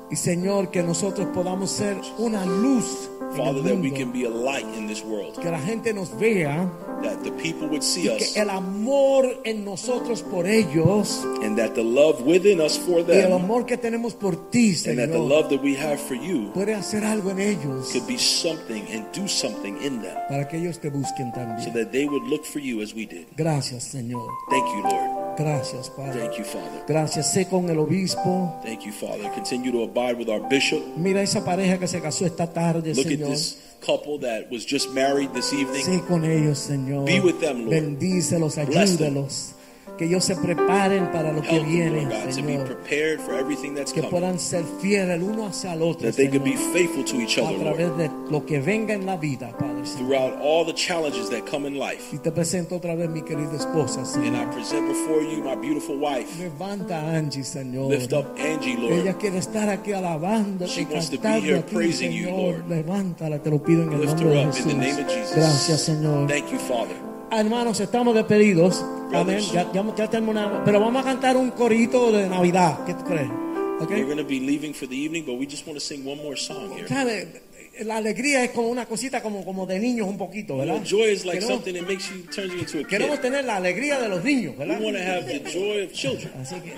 Speaker 2: Y Señor, que nosotros podamos ser una luz. en
Speaker 3: Father,
Speaker 2: el
Speaker 3: that we
Speaker 2: mundo.
Speaker 3: can be a light in this world.
Speaker 2: Que la gente nos vea.
Speaker 3: That the people
Speaker 2: Y
Speaker 3: would see us
Speaker 2: que el amor en nosotros por ellos.
Speaker 3: and that the love within us for
Speaker 2: Y el
Speaker 3: them
Speaker 2: amor que tenemos por ti,
Speaker 3: and that the
Speaker 2: Señor.
Speaker 3: love that we have for you
Speaker 2: Puede hacer algo en ellos.
Speaker 3: could be something and do something in them
Speaker 2: Para que ellos te busquen
Speaker 3: so
Speaker 2: también.
Speaker 3: that they would look for you as we did.
Speaker 2: Gracias, Señor.
Speaker 3: Thank you, Lord.
Speaker 2: Gracias, Padre.
Speaker 3: Thank you, Father.
Speaker 2: Gracias. Sé con el obispo.
Speaker 3: Thank you, Father. Continue to abide with our bishop.
Speaker 2: Mira esa pareja que se casó esta tarde,
Speaker 3: Look at
Speaker 2: Señor.
Speaker 3: this couple that was just married this evening.
Speaker 2: Sé con ellos, Señor.
Speaker 3: Be with them, Lord.
Speaker 2: Bendícelos,
Speaker 3: Bless them.
Speaker 2: ayúdalos. Que ellos se preparen para lo que
Speaker 3: Help them,
Speaker 2: viene,
Speaker 3: Lord God, to be
Speaker 2: Señor.
Speaker 3: prepared for everything that's
Speaker 2: Que
Speaker 3: coming.
Speaker 2: puedan ser fieles el uno hacia el otro,
Speaker 3: That they could be
Speaker 2: Señor.
Speaker 3: faithful to each other,
Speaker 2: a
Speaker 3: Lord,
Speaker 2: través de lo que venga en la vida, Padre. Señor.
Speaker 3: throughout all the challenges that come in life.
Speaker 2: Y te presento otra vez mi querida esposa,
Speaker 3: And
Speaker 2: Señor.
Speaker 3: I present before you my beautiful wife.
Speaker 2: Levanta a Angie, Señor.
Speaker 3: Lift up Angie,
Speaker 2: Ella
Speaker 3: Lord.
Speaker 2: quiere estar aquí alabando
Speaker 3: She
Speaker 2: y
Speaker 3: wants to be
Speaker 2: cantando
Speaker 3: here
Speaker 2: a ti,
Speaker 3: praising you,
Speaker 2: Señor.
Speaker 3: Lord.
Speaker 2: Levántala, te lo pido en el
Speaker 3: Lift
Speaker 2: nombre
Speaker 3: her
Speaker 2: de
Speaker 3: up in the name of
Speaker 2: Jesús.
Speaker 3: Jesus.
Speaker 2: Gracias, Señor.
Speaker 3: Thank you, Father.
Speaker 2: Hermanos, estamos despedidos. Amén.
Speaker 3: Brothers.
Speaker 2: Ya, ya, ya terminamos. Pero vamos a cantar un corito de Navidad. ¿Qué tú crees?
Speaker 3: We're
Speaker 2: ¿Ok?
Speaker 3: going to be leaving for the evening, but we just want to sing one more song here.
Speaker 2: ¿Sabe? La alegría es como una cosita como, como de niños un poquito,
Speaker 3: You
Speaker 2: ¿verdad?
Speaker 3: know, joy is like
Speaker 2: queremos,
Speaker 3: something that makes you turns you into a
Speaker 2: queremos
Speaker 3: kid.
Speaker 2: tener la alegría de los niños,
Speaker 3: We
Speaker 2: ¿verdad?
Speaker 3: want to have the joy of children.
Speaker 2: Así que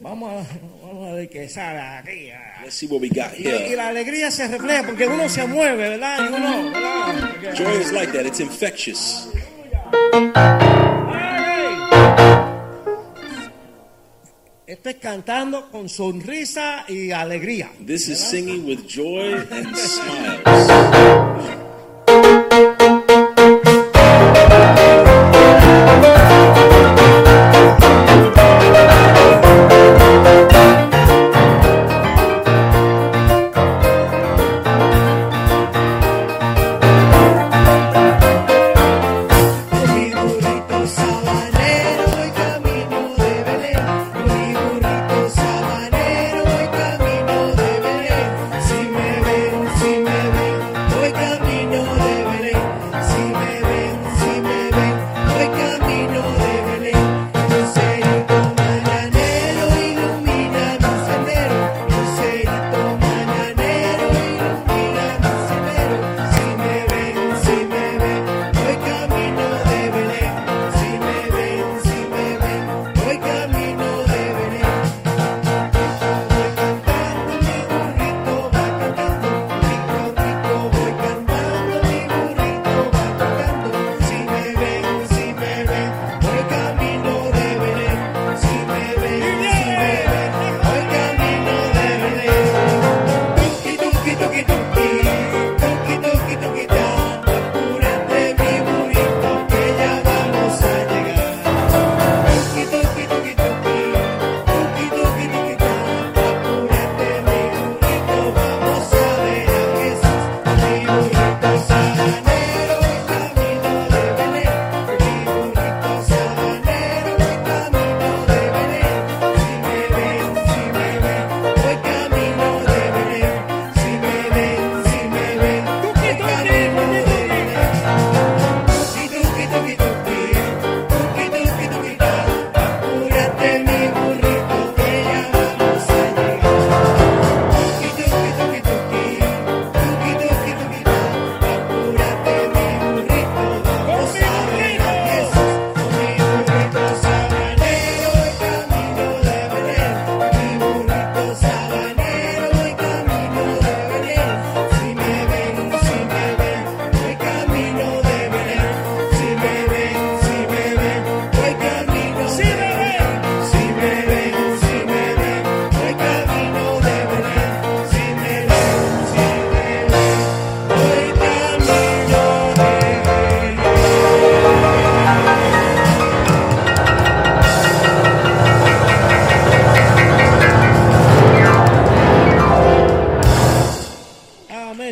Speaker 2: vamos a, vamos a ver qué sale aquí. ah,
Speaker 3: Let's see what we got
Speaker 2: Y, y
Speaker 3: here.
Speaker 2: la alegría se refleja porque uno se mueve, ¿verdad? Y uno, ¿verdad? Porque-
Speaker 3: Joy is like that. It's infectious.
Speaker 2: Esto es cantando con sonrisa y alegría.
Speaker 3: This is singing with joy and smiles.
Speaker 4: Mi burrito sabanero voy camino de Belén. Mi burrito sabanero voy camino de Belén. Si me ven, si me ven, voy camino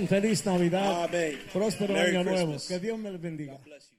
Speaker 3: Feliz Navidad.
Speaker 2: Amén.
Speaker 3: Próspero
Speaker 2: Merry
Speaker 3: año nuevo.
Speaker 2: Christmas.
Speaker 3: Que Dios me les bendiga.
Speaker 2: God bless you.